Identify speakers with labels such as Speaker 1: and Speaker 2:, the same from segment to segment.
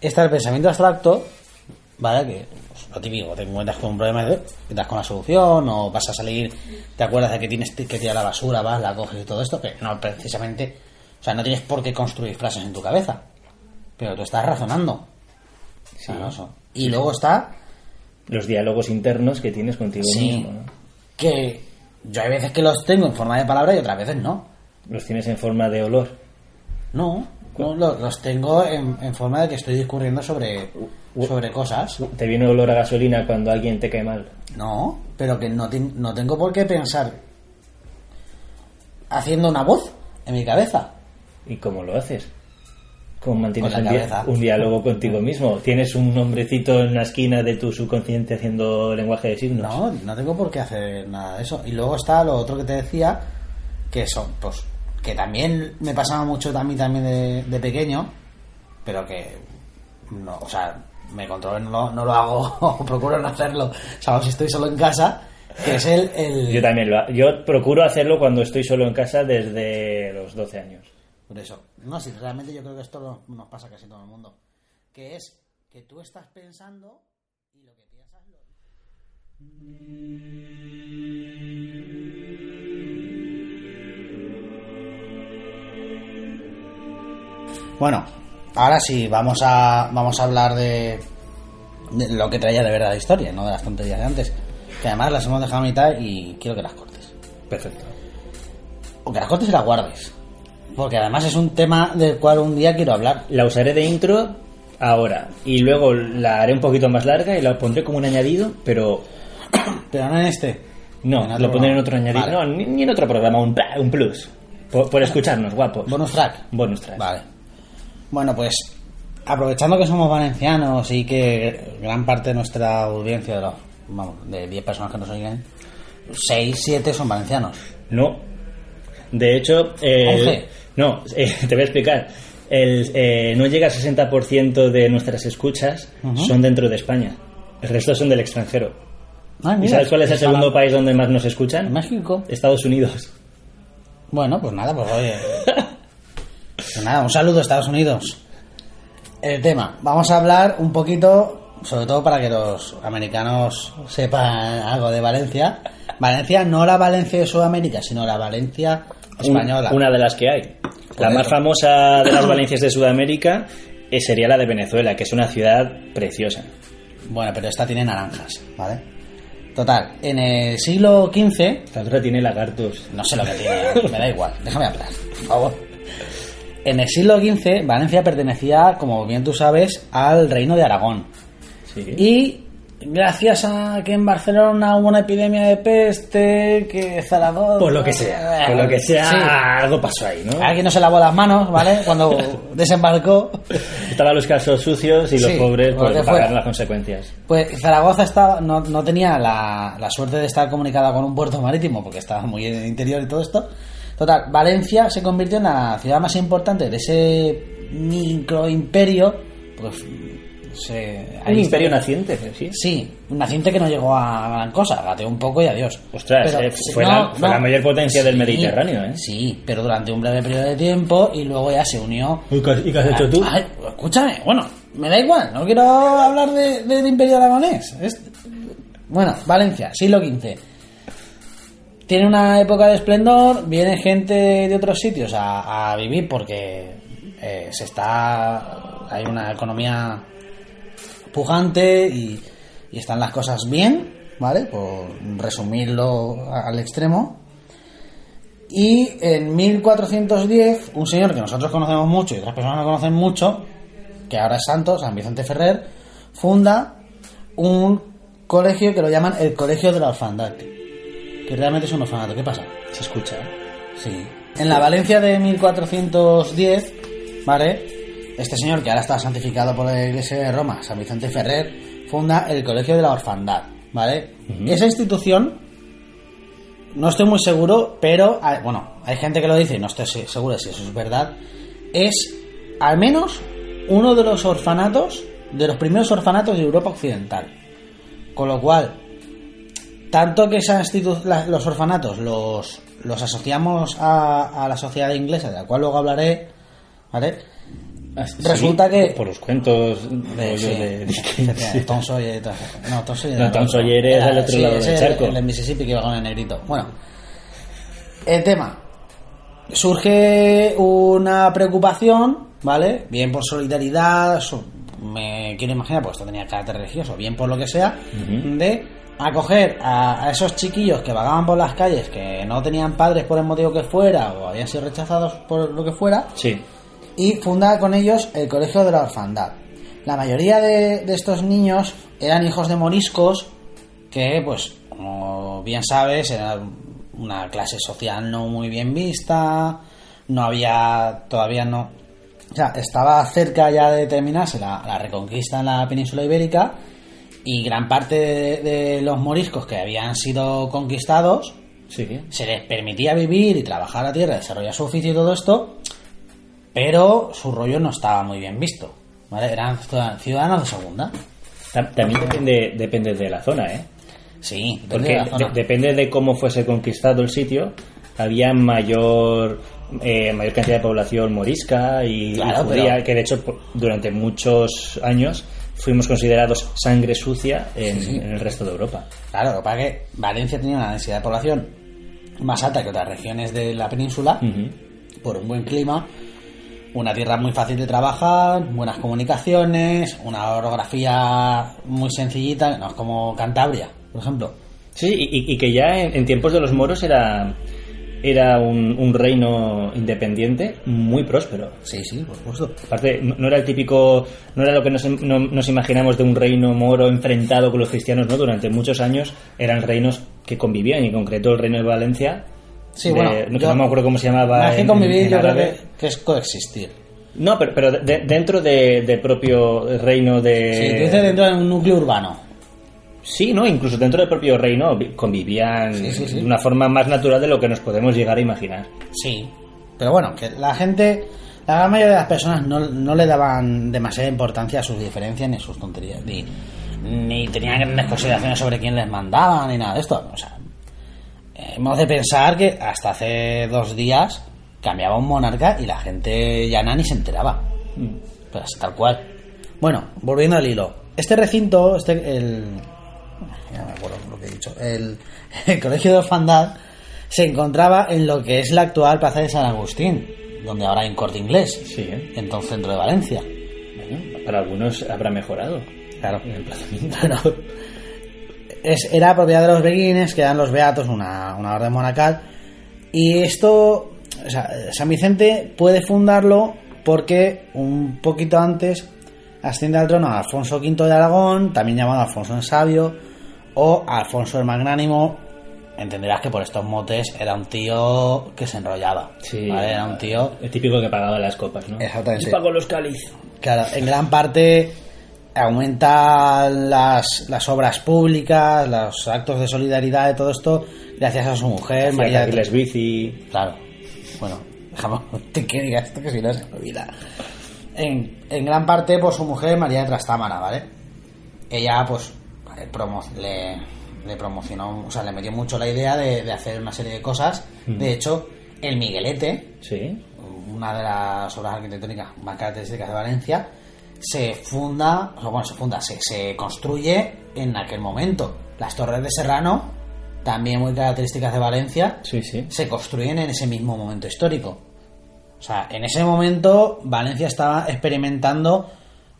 Speaker 1: está el pensamiento abstracto, ¿vale? Que pues, lo típico, te encuentras con un problema y te das con la solución, o vas a salir, te acuerdas de que tienes que tirar la basura, vas, la coges y todo esto, que no precisamente, o sea, no tienes por qué construir frases en tu cabeza, pero tú estás razonando.
Speaker 2: Sí.
Speaker 1: Sabroso. Y luego está
Speaker 2: Los diálogos internos que tienes contigo
Speaker 1: Sí.
Speaker 2: mismo, ¿no?
Speaker 1: que yo hay veces que los tengo en forma de palabra y otras veces no.
Speaker 2: Los tienes en forma de olor.
Speaker 1: No, no, lo- los, tengo en, en forma de que estoy discurriendo sobre, sobre cosas.
Speaker 2: Te viene olor a gasolina cuando alguien te cae mal.
Speaker 1: No, pero que no, ten- no tengo por qué pensar haciendo una voz en mi cabeza.
Speaker 2: ¿Y cómo lo haces? ¿Cómo mantienes
Speaker 1: Con
Speaker 2: un,
Speaker 1: la
Speaker 2: dia-
Speaker 1: cabeza.
Speaker 2: un diálogo contigo mismo? ¿Tienes un nombrecito en la esquina de tu subconsciente haciendo lenguaje de signos?
Speaker 1: No, no tengo por qué hacer nada de eso. Y luego está lo otro que te decía, que son, pues, que también me pasaba mucho a mí también de, de pequeño, pero que, no, o sea, me controlo, no, lo- no lo hago, o procuro no hacerlo, salvo si estoy solo en casa, que es el... el-
Speaker 2: Yo también lo ha- Yo procuro hacerlo cuando estoy solo en casa desde los 12 años.
Speaker 1: Por eso. No, sí, realmente yo creo que esto lo- nos pasa casi a todo el mundo. Que es que tú estás pensando y lo que piensas lo... Bueno, ahora sí, vamos a, vamos a hablar de, de lo que traía de verdad la historia, no de las tonterías de antes. Que además las hemos dejado a mitad y quiero que las cortes.
Speaker 2: Perfecto.
Speaker 1: O que las cortes y las guardes. Porque además es un tema del cual un día quiero hablar.
Speaker 2: La usaré de intro ahora y luego la haré un poquito más larga y la pondré como un añadido, pero
Speaker 1: Pero no en este.
Speaker 2: no,
Speaker 1: En otro
Speaker 2: lo pondré
Speaker 1: programa.
Speaker 2: en otro
Speaker 1: Vale.
Speaker 2: añadido. No, ni, ni en otro programa, un, pla- un plus. Por, por escucharnos, guapo.
Speaker 1: Bonus track.
Speaker 2: Bonus track.
Speaker 1: Vale. Bueno, pues aprovechando que somos valencianos y que gran parte de nuestra audiencia, de los, vamos, de 10 personas que nos oigan, 6, 7 son valencianos.
Speaker 2: No. De hecho, eh,
Speaker 1: Once.
Speaker 2: no, eh, te voy a explicar. El, eh, no llega al 60% de nuestras escuchas
Speaker 1: Ujú.
Speaker 2: son dentro de España. El resto son del extranjero.
Speaker 1: Ay,
Speaker 2: ¿Y
Speaker 1: Ah, mira,
Speaker 2: sabes cuál es el
Speaker 1: estaba
Speaker 2: segundo país donde más nos escuchan?
Speaker 1: en México.
Speaker 2: Estados Unidos.
Speaker 1: Bueno, pues nada, pues oye. Pues nada, un saludo a Estados Unidos. El tema, vamos a hablar un poquito, sobre todo para que los americanos sepan algo de Valencia. Valencia, no la Valencia de Sudamérica, sino la Valencia española.
Speaker 2: Un- Una de las que hay. La
Speaker 1: Correcto.
Speaker 2: más famosa de las Valencias de Sudamérica eh, sería la de Venezuela, que es una ciudad preciosa.
Speaker 1: Bueno, pero esta tiene naranjas, ¿vale? Total, en el siglo XV
Speaker 2: La otra tiene lagartos.
Speaker 1: No sé lo que tiene, me da igual, déjame hablar, por favor. En el siglo XV, Valencia pertenecía, como bien tú sabes, al reino de Aragón.
Speaker 2: Sí.
Speaker 1: Y gracias a que en Barcelona hubo una epidemia de peste, que Zaragoza... eh,
Speaker 2: Por lo que sea. Por lo que sea,
Speaker 1: Sí.
Speaker 2: algo pasó ahí, ¿no?
Speaker 1: Alguien no se lavó las manos, ¿vale? Cuando desembarcó.
Speaker 2: Estaban los casos sucios y los
Speaker 1: Sí,
Speaker 2: pobres
Speaker 1: por lo
Speaker 2: pues,
Speaker 1: que
Speaker 2: pagaron
Speaker 1: fuera.
Speaker 2: las consecuencias.
Speaker 1: Pues Zaragoza estaba, no, no tenía la, la suerte de estar comunicada con un puerto marítimo porque estaba muy en el interior y todo esto. Total, Valencia se convirtió en la ciudad más importante de ese microimperio. Pues se,
Speaker 2: Un
Speaker 1: ahí-
Speaker 2: imperio naciente, sí.
Speaker 1: ¿eh? Sí, un naciente que no llegó a gran cosa, gateó un poco y adiós.
Speaker 2: Ostras,
Speaker 1: Pero-
Speaker 2: eh, fue, la,
Speaker 1: no,
Speaker 2: fue la
Speaker 1: no.
Speaker 2: mayor potencia del
Speaker 1: Sí,
Speaker 2: Mediterráneo, ¿eh?
Speaker 1: Sí, pero durante un breve periodo de tiempo y luego ya se unió
Speaker 2: ¿Y qué, has
Speaker 1: Ah, ay, escúchame, bueno, me da igual, no quiero hablar de- del Imperio Aragonés. Es- Bueno, Valencia, siglo XV. Tiene una época de esplendor, viene gente de otros sitios a, a vivir porque eh, se está. hay una economía pujante y, y están las cosas bien, ¿vale? Por resumirlo a- al extremo. Y en 1410, un señor que nosotros conocemos mucho y otras personas no conocen mucho, que ahora es santo, San Vicente Ferrer, funda un colegio que lo llaman el Colegio de la Orfandad, que realmente es un orfanato. ¿Qué pasa?
Speaker 2: Se escucha.
Speaker 1: Sí. En la Valencia de 1410, ¿vale? Este señor, que ahora está santificado por la Iglesia de Roma, San Vicente Ferrer, funda el Colegio de la Orfandad, ¿vale? Esa institución, no estoy muy seguro, pero, ah, bueno, hay gente que lo dice y no estoy se- seguro de si eso es verdad, es al menos uno de los orfanatos, de los primeros orfanatos de Europa Occidental. Con lo cual, tanto que esa institu- la- los orfanatos los, los asociamos a, a la sociedad inglesa, de la cual luego hablaré, ¿vale? ah, Resulta
Speaker 2: Sí,
Speaker 1: que.
Speaker 2: Por los cuentos
Speaker 1: de-
Speaker 2: rollo
Speaker 1: sí,
Speaker 2: de
Speaker 1: efectivamente, Tom Sawyer y todo eso. No, Tom Sawyer,
Speaker 2: No,
Speaker 1: era
Speaker 2: Tom
Speaker 1: otro.
Speaker 2: Sawyer es
Speaker 1: Era-
Speaker 2: del otro
Speaker 1: sí,
Speaker 2: lado
Speaker 1: ese
Speaker 2: del
Speaker 1: era
Speaker 2: charco.
Speaker 1: El de Mississippi que va con el negrito. Bueno, el tema. Surge una preocupación, ¿vale? Bien por solidaridad, su- me quiero imaginar, pues esto tenía carácter religioso, bien por lo que sea,
Speaker 2: Ujú.
Speaker 1: de acoger a, a esos chiquillos que vagaban por las calles, que no tenían padres por el motivo que fuera, o habían sido rechazados por lo que fuera,
Speaker 2: Sí.
Speaker 1: y funda con ellos el Colegio de la Orfandad. La mayoría de, de estos niños eran hijos de moriscos que, pues, como bien sabes, era una clase social no muy bien vista, no había, todavía no... O sea, estaba cerca ya de terminarse la, la reconquista en la península ibérica y gran parte de- de los moriscos que habían sido conquistados
Speaker 2: Sí.
Speaker 1: se les permitía vivir y trabajar la tierra, desarrollar su oficio y todo esto, pero su rollo no estaba muy bien visto. ¿vale? Eran ciudad- ciudadanos de segunda.
Speaker 2: Ta- También depende, depende de la zona, ¿eh?
Speaker 1: Sí, depende
Speaker 2: Porque
Speaker 1: de la zona.
Speaker 2: de- depende de cómo fuese conquistado el sitio, había mayor eh, mayor cantidad de población morisca y, y
Speaker 1: Claro,
Speaker 2: judía,
Speaker 1: pero-
Speaker 2: que de hecho por- durante muchos años fuimos considerados sangre sucia en, en el resto de Europa.
Speaker 1: Claro, lo que pasa es que Valencia tenía una densidad de población más alta que otras regiones de la península,
Speaker 2: Ujú.
Speaker 1: por un buen clima, una tierra muy fácil de trabajar, buenas comunicaciones, una orografía muy sencillita, no es como Cantabria, por ejemplo.
Speaker 2: Sí, y, y que ya en, en tiempos de los moros era, era un, un reino independiente muy próspero.
Speaker 1: Sí, sí, por supuesto.
Speaker 2: Aparte, no no era el típico, no era lo que nos, no- nos imaginamos de un reino moro enfrentado con los cristianos, ¿no? Durante muchos años eran reinos que convivían, y en concreto el reino de Valencia.
Speaker 1: Sí,
Speaker 2: de-
Speaker 1: bueno,
Speaker 2: no, que
Speaker 1: yo-
Speaker 2: no me acuerdo cómo se llamaba.
Speaker 1: Más que
Speaker 2: en-
Speaker 1: convivir,
Speaker 2: en- en
Speaker 1: yo creo
Speaker 2: árabe.
Speaker 1: que, que es coexistir.
Speaker 2: No, pero, pero de- dentro de- del propio reino de.
Speaker 1: Sí, tú dices dentro de un núcleo urbano.
Speaker 2: Sí, ¿no? Incluso dentro del propio reino vi- convivían
Speaker 1: Sí, sí, sí.
Speaker 2: de una forma más natural de lo que nos podemos llegar a imaginar.
Speaker 1: Sí. Pero bueno, que la gente, la gran mayoría de las personas no, no le daban demasiada importancia a sus diferencias ni a sus tonterías. Ni, ni tenían grandes consideraciones sobre quién les mandaba ni nada de esto. O sea, hemos de pensar que hasta hace dos días cambiaba un monarca y la gente llana ni se enteraba.
Speaker 2: Mm,
Speaker 1: Pues tal cual. Bueno, volviendo al hilo. Este recinto, este, el. Ya me acuerdo lo que he dicho. El, el colegio de orfandad se encontraba en lo que es la actual plaza de San Agustín, donde ahora hay un corte inglés,
Speaker 2: Sí, ¿eh?
Speaker 1: en todo el centro de Valencia.
Speaker 2: Bueno, para algunos habrá mejorado.
Speaker 1: Claro.
Speaker 2: el emplazamiento.
Speaker 1: Claro. Es, era propiedad de los beguines, que eran los beatos, una, una orden monacal. Y esto, o sea, San Vicente puede fundarlo porque un poquito antes asciende al trono a Alfonso V de Aragón, también llamado Alfonso el Sabio, o Alfonso el Magnánimo. Entenderás que por estos motes era un tío que se enrollaba. ¿vale? Era un tío
Speaker 2: El típico que pagaba las copas, ¿no?
Speaker 1: Exactamente.
Speaker 2: Yo pago los cáliz.
Speaker 1: Claro, en gran parte aumenta las, las obras públicas, los actos de solidaridad de todo esto, gracias a su mujer, María de
Speaker 2: les bici.
Speaker 1: Claro. Bueno, jamás te que digas esto que si no se me olvida. En, en gran parte por su mujer María de Trastámara, ¿vale? Ella pues eh, promo- le, le promocionó, o sea, le metió mucho la idea de, de hacer una serie de cosas. De hecho, el Miguelete,
Speaker 2: Sí.
Speaker 1: una de las obras arquitectónicas más características de Valencia, se funda, o sea, bueno, se funda, se, se construye en aquel momento. Las Torres de Serrano, también muy características de Valencia,
Speaker 2: Sí, sí.
Speaker 1: se construyen en ese mismo momento histórico. O sea, en ese momento Valencia estaba experimentando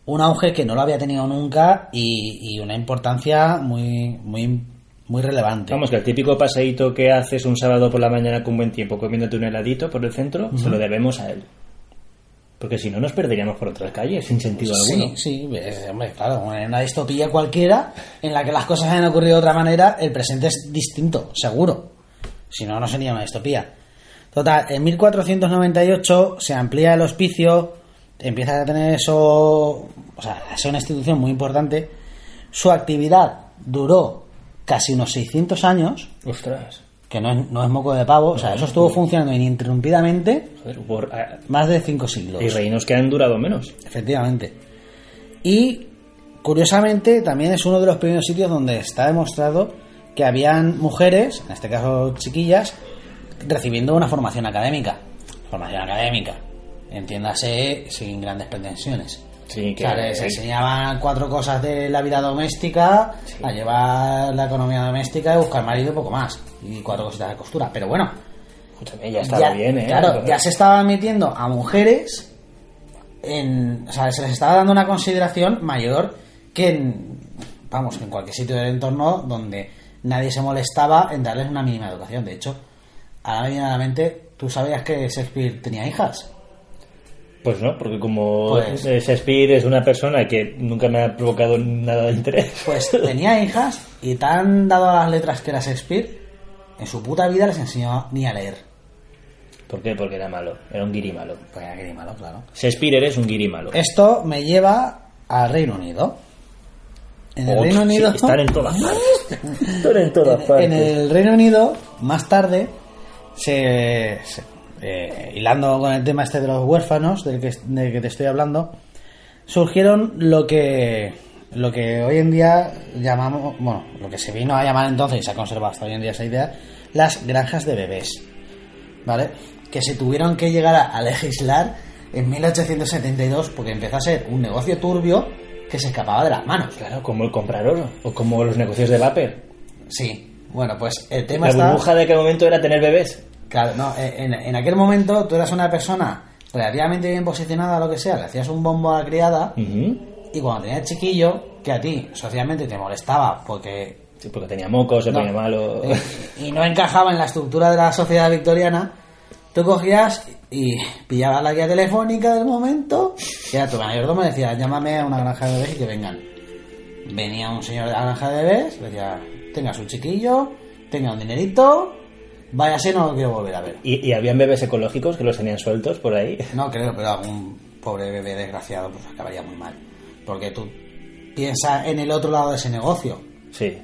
Speaker 1: un auge que no lo había tenido nunca y, y una importancia muy, muy, muy relevante.
Speaker 2: Vamos, que el típico paseíto que haces un sábado por la mañana con buen tiempo, comiéndote un heladito por el centro, se lo debemos a él. Porque si no, nos perderíamos por otras calles, sin sentido
Speaker 1: Sí,
Speaker 2: alguno.
Speaker 1: sí, es- hombre, claro, en una distopía cualquiera en la que las cosas hayan ocurrido de otra manera, el presente es distinto, seguro. Si no, no sería una distopía. Total, en 1498 se amplía el hospicio, empieza a tener eso, o sea, a ser una institución muy importante. Su actividad duró casi unos 600 años,
Speaker 2: Ostras.
Speaker 1: que no es, no es moco de pavo, o sea, eso estuvo funcionando ininterrumpidamente
Speaker 2: Joder, por- ah,
Speaker 1: más de 5 siglos.
Speaker 2: hay reinos que han durado menos.
Speaker 1: Efectivamente. Y curiosamente también es uno de los primeros sitios donde está demostrado que habían mujeres, en este caso chiquillas, recibiendo una formación académica. Formación académica. entiéndase, sin grandes pretensiones.
Speaker 2: Sí, que
Speaker 1: O sea, les enseñaban cuatro cosas de la vida doméstica, a llevar la economía doméstica y buscar marido y poco más. Y cuatro cositas de costura. Pero bueno,
Speaker 2: Escúchame, ya estaba
Speaker 1: ya-
Speaker 2: bien, ¿eh?
Speaker 1: Claro,
Speaker 2: Pero-
Speaker 1: ya se estaba metiendo a mujeres en. O sea, se les estaba dando una consideración mayor que en. Vamos, que en cualquier sitio del entorno donde nadie se molestaba en darles una mínima educación. De hecho, ahora me viene a la mente, ¿tú sabías que Shakespeare tenía hijas?
Speaker 2: Pues no, porque como
Speaker 1: Pues-
Speaker 2: eh, Shakespeare es una persona que nunca me ha provocado nada de interés.
Speaker 1: Pues tenía hijas y tan dado a las letras que era Shakespeare, en su puta vida les enseñó ni a leer.
Speaker 2: ¿Por qué? Porque era malo, era un guiri malo.
Speaker 1: Pues era que ni malo, claro.
Speaker 2: Shakespeare eres un guiri malo.
Speaker 1: Esto me lleva al Reino Unido. En el
Speaker 2: Oh,
Speaker 1: Reino
Speaker 2: sí,
Speaker 1: Unido.
Speaker 2: están en todas partes. Están en todas partes.
Speaker 1: En el Reino Unido, más tarde, se, se- eh, hilando con el tema este de los huérfanos, del que, del que te estoy hablando, surgieron lo que lo que hoy en día llamamos, bueno, lo que se vino a llamar entonces y se ha conservado hasta hoy en día esa idea, las granjas de bebés, ¿vale? Que se tuvieron que llegar a, a legislar en 1872 porque empezó a ser un negocio turbio que se escapaba de las manos.
Speaker 2: Claro, como el comprar oro, o como los negocios de Vapor.
Speaker 1: Sí. Bueno, pues el tema
Speaker 2: La
Speaker 1: está...
Speaker 2: burbuja de aquel momento era tener bebés.
Speaker 1: Claro, no, eh, en, en aquel momento tú eras una persona relativamente bien posicionada, lo que sea, le hacías un bombo a la criada
Speaker 2: Ujú.
Speaker 1: y cuando tenías chiquillo, que a ti socialmente te molestaba porque...
Speaker 2: Sí, porque tenía mocos, se
Speaker 1: no,
Speaker 2: ponía malo.
Speaker 1: eh, y no encajaba en la estructura de la sociedad victoriana, tú cogías y pillabas la guía telefónica del momento y a tu mayordomo le decías, llámame a una granja de bebés y que vengan. Venía un señor de la granja de bebés, le decía, tenga su chiquillo, tenga un dinerito, váyase, no lo quiero volver a ver.
Speaker 2: Y, y habían bebés ecológicos que los tenían sueltos por ahí.
Speaker 1: No creo, pero algún pobre bebé desgraciado pues acabaría muy mal. Porque tú piensas en el otro lado de ese negocio.
Speaker 2: Sí.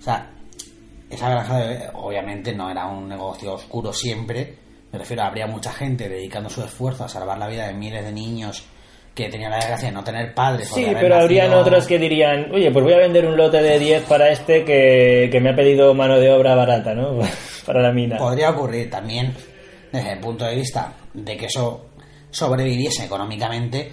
Speaker 1: O sea, esa granja de bebé, obviamente no era un negocio oscuro siempre. Me refiero, habría mucha gente dedicando su esfuerzo a salvar la vida de miles de niños que tenían la desgracia de no tener padres. o de
Speaker 2: Sí,
Speaker 1: haber
Speaker 2: pero habrían
Speaker 1: nacido-
Speaker 2: otros que dirían, oye, pues voy a vender un lote de 10 para este que, que me ha pedido mano de obra barata, ¿no? para la mina.
Speaker 1: Podría ocurrir también, desde el punto de vista de que eso sobreviviese económicamente,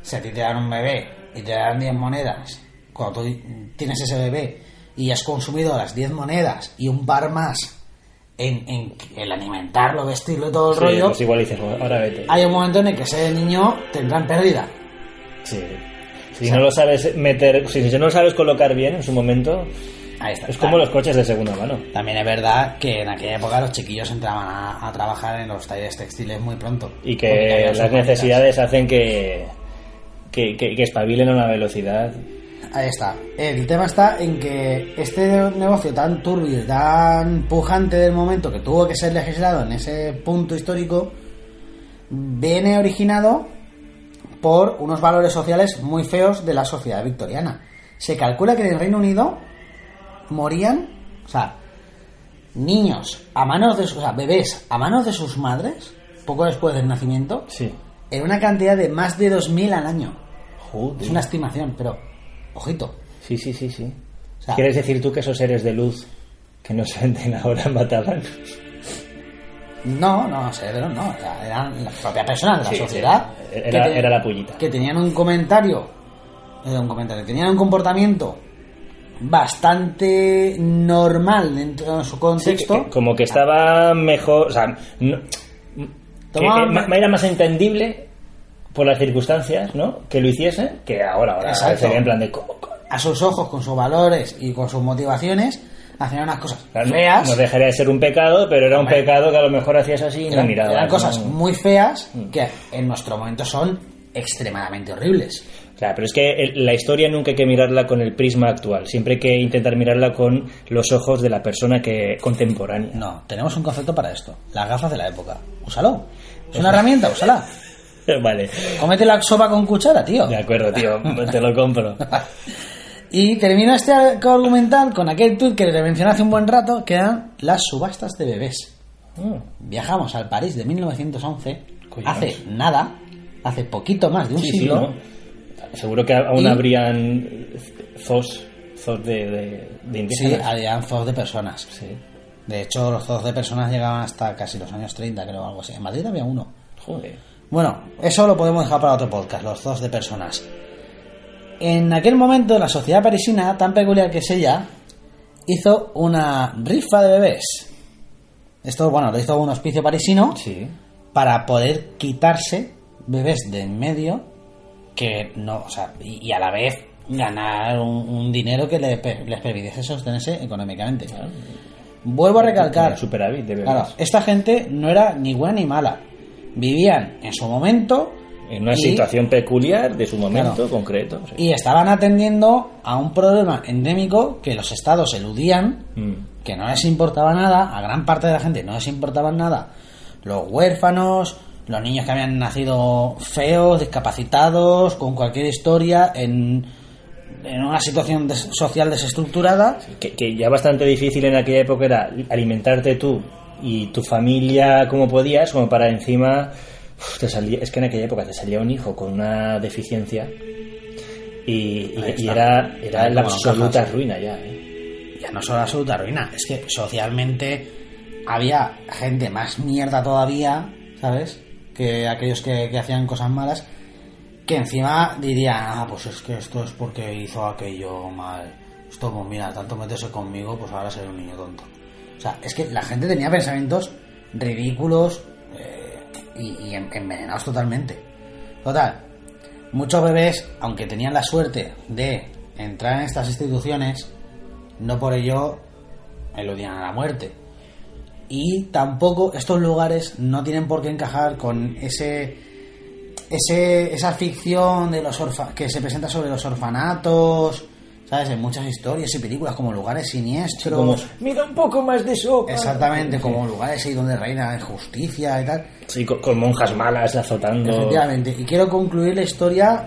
Speaker 1: si a ti te dan un bebé y te dan 10 monedas, cuando tú tienes ese bebé y has consumido las 10 monedas y un par más en, en el alimentarlo, vestirlo y todo el
Speaker 2: Sí,
Speaker 1: rollo,
Speaker 2: pues igual dices, "Bueno, ahora vete.
Speaker 1: hay un momento en el que ese niño tendrá en pérdida.
Speaker 2: Sí. Si no lo sabes meter, si, si no lo sabes colocar bien en su momento,
Speaker 1: Ahí está.
Speaker 2: es como los coches de segunda mano.
Speaker 1: También es verdad que en aquella época los chiquillos entraban a, a trabajar en los talleres textiles muy pronto.
Speaker 2: Y
Speaker 1: porque
Speaker 2: que
Speaker 1: había
Speaker 2: las
Speaker 1: sus máquinas.
Speaker 2: necesidades hacen que, que, que, que espabilen a una velocidad.
Speaker 1: Ahí está. El tema está en que este negocio tan turbio, y tan pujante del momento que tuvo que ser legislado en ese punto histórico, viene originado por unos valores sociales muy feos de la sociedad victoriana. Se calcula que en el Reino Unido morían, o sea, niños a manos de sus, o sea, bebés a manos de sus madres, poco después del nacimiento,
Speaker 2: Sí.
Speaker 1: en una cantidad de más de 2.000 al año.
Speaker 2: Joder.
Speaker 1: Es una estimación, pero ojito.
Speaker 2: Sí, sí, sí, sí.
Speaker 1: O sea,
Speaker 2: ¿Quieres decir tú que esos seres de luz que no se venden ahora mataban?
Speaker 1: No, no, servidores no. o sea, eran las propias personas de la
Speaker 2: Sí,
Speaker 1: sociedad.
Speaker 2: sí. Era-
Speaker 1: que te-
Speaker 2: era la pullita.
Speaker 1: Que tenían un comentario. eh, un comentario. Tenían un comportamiento bastante normal dentro de su contexto.
Speaker 2: Que- que- como que estaba mejor, o sea, no- que- que
Speaker 1: Tomaban-
Speaker 2: ma- era más entendible por las circunstancias, ¿no? Que lo hiciesen, que ahora, ahora
Speaker 1: Exacto.
Speaker 2: sería en plan de ¿cómo, cómo?
Speaker 1: A sus ojos, con sus valores y con sus motivaciones, hacían unas cosas
Speaker 2: O sea, no-
Speaker 1: feas.
Speaker 2: No dejaría de ser un pecado, pero era un
Speaker 1: Hombre.
Speaker 2: pecado que a lo mejor hacías así y no
Speaker 1: eran,
Speaker 2: mirabas.
Speaker 1: eran cosas
Speaker 2: ¿no? Mm.
Speaker 1: muy feas que en nuestro momento son extremadamente horribles.
Speaker 2: O sea, pero es que el- la historia nunca hay que mirarla con el prisma actual, siempre hay que intentar mirarla con los ojos de la persona que contemporánea.
Speaker 1: No, tenemos un concepto para esto. Las gafas de la época. Úsalo. Es una herramienta, úsala.
Speaker 2: vale,
Speaker 1: Cómete la sopa con cuchara, tío.
Speaker 2: de acuerdo, tío, te lo compro.
Speaker 1: Y termino este arco argumental con aquel tuit que le mencioné hace un buen rato, que eran las subastas de bebés.
Speaker 2: Mm.
Speaker 1: Viajamos al París de 1911,
Speaker 2: Coño.
Speaker 1: hace nada, hace poquito más de un
Speaker 2: Sí, sí,
Speaker 1: siglo.
Speaker 2: ¿no? Seguro que aún
Speaker 1: Y-
Speaker 2: habrían zoos, zoos de, de, de
Speaker 1: Sí,
Speaker 2: indígenas.
Speaker 1: habían zoos de personas.
Speaker 2: Sí.
Speaker 1: De hecho, los zoos de personas llegaban hasta casi los años 30, creo, algo así. En Madrid había uno.
Speaker 2: Joder.
Speaker 1: Bueno, eso lo podemos dejar para otro podcast, los dos de personas. En aquel momento, la sociedad parisina, tan peculiar que es ella, hizo una rifa de bebés. Esto, bueno, lo hizo un hospicio parisino
Speaker 2: Sí.
Speaker 1: para poder quitarse bebés de en medio que no, o sea, y, y a la vez ganar un, un dinero que le per- les permitiese sostenerse económicamente. Vuelvo a recalcar,
Speaker 2: Tenía Superávit de bebés.
Speaker 1: claro, esta gente no era ni buena ni mala. Vivían en su momento
Speaker 2: En una
Speaker 1: y-
Speaker 2: situación peculiar de su momento
Speaker 1: Claro.
Speaker 2: concreto. sí.
Speaker 1: y estaban atendiendo a un problema endémico que los estados eludían
Speaker 2: Mm.
Speaker 1: que no les importaba nada, a gran parte de la gente no les importaba nada. Los huérfanos, los niños que habían nacido feos, discapacitados, con cualquier historia, en, en una situación des- social desestructurada.
Speaker 2: que, que ya bastante difícil en aquella época era alimentarte tú y tu familia como podías, como para encima. uf, te salía, es que en aquella época te salía un hijo con una deficiencia y, y-
Speaker 1: Ahí
Speaker 2: y
Speaker 1: está.
Speaker 2: era, era
Speaker 1: Ahí
Speaker 2: la
Speaker 1: como lo
Speaker 2: absoluta
Speaker 1: encajas.
Speaker 2: ruina ya. ¿eh?
Speaker 1: Ya no solo absoluta ruina, es que socialmente había gente más mierda todavía, ¿sabes? Que aquellos que, que hacían cosas malas, que encima dirían, ah, pues es que esto es porque hizo aquello mal. Esto, pues mira, tanto meterse conmigo, pues ahora seré un niño tonto. O sea, es que la gente tenía pensamientos ridículos eh, y, y en- envenenados totalmente. Total, muchos bebés, aunque tenían la suerte de entrar en estas instituciones, no por ello eludían a la muerte. Y tampoco estos lugares no tienen por qué encajar con ese, ese esa ficción de los orfa- que se presenta sobre los orfanatos, ¿sabes? En muchas historias y películas como lugares siniestros.
Speaker 2: Como, mira un poco más de sopa.
Speaker 1: Exactamente, como lugares ahí donde reina la injusticia y tal.
Speaker 2: Sí, con, con monjas malas azotando.
Speaker 1: Efectivamente. Y quiero concluir la historia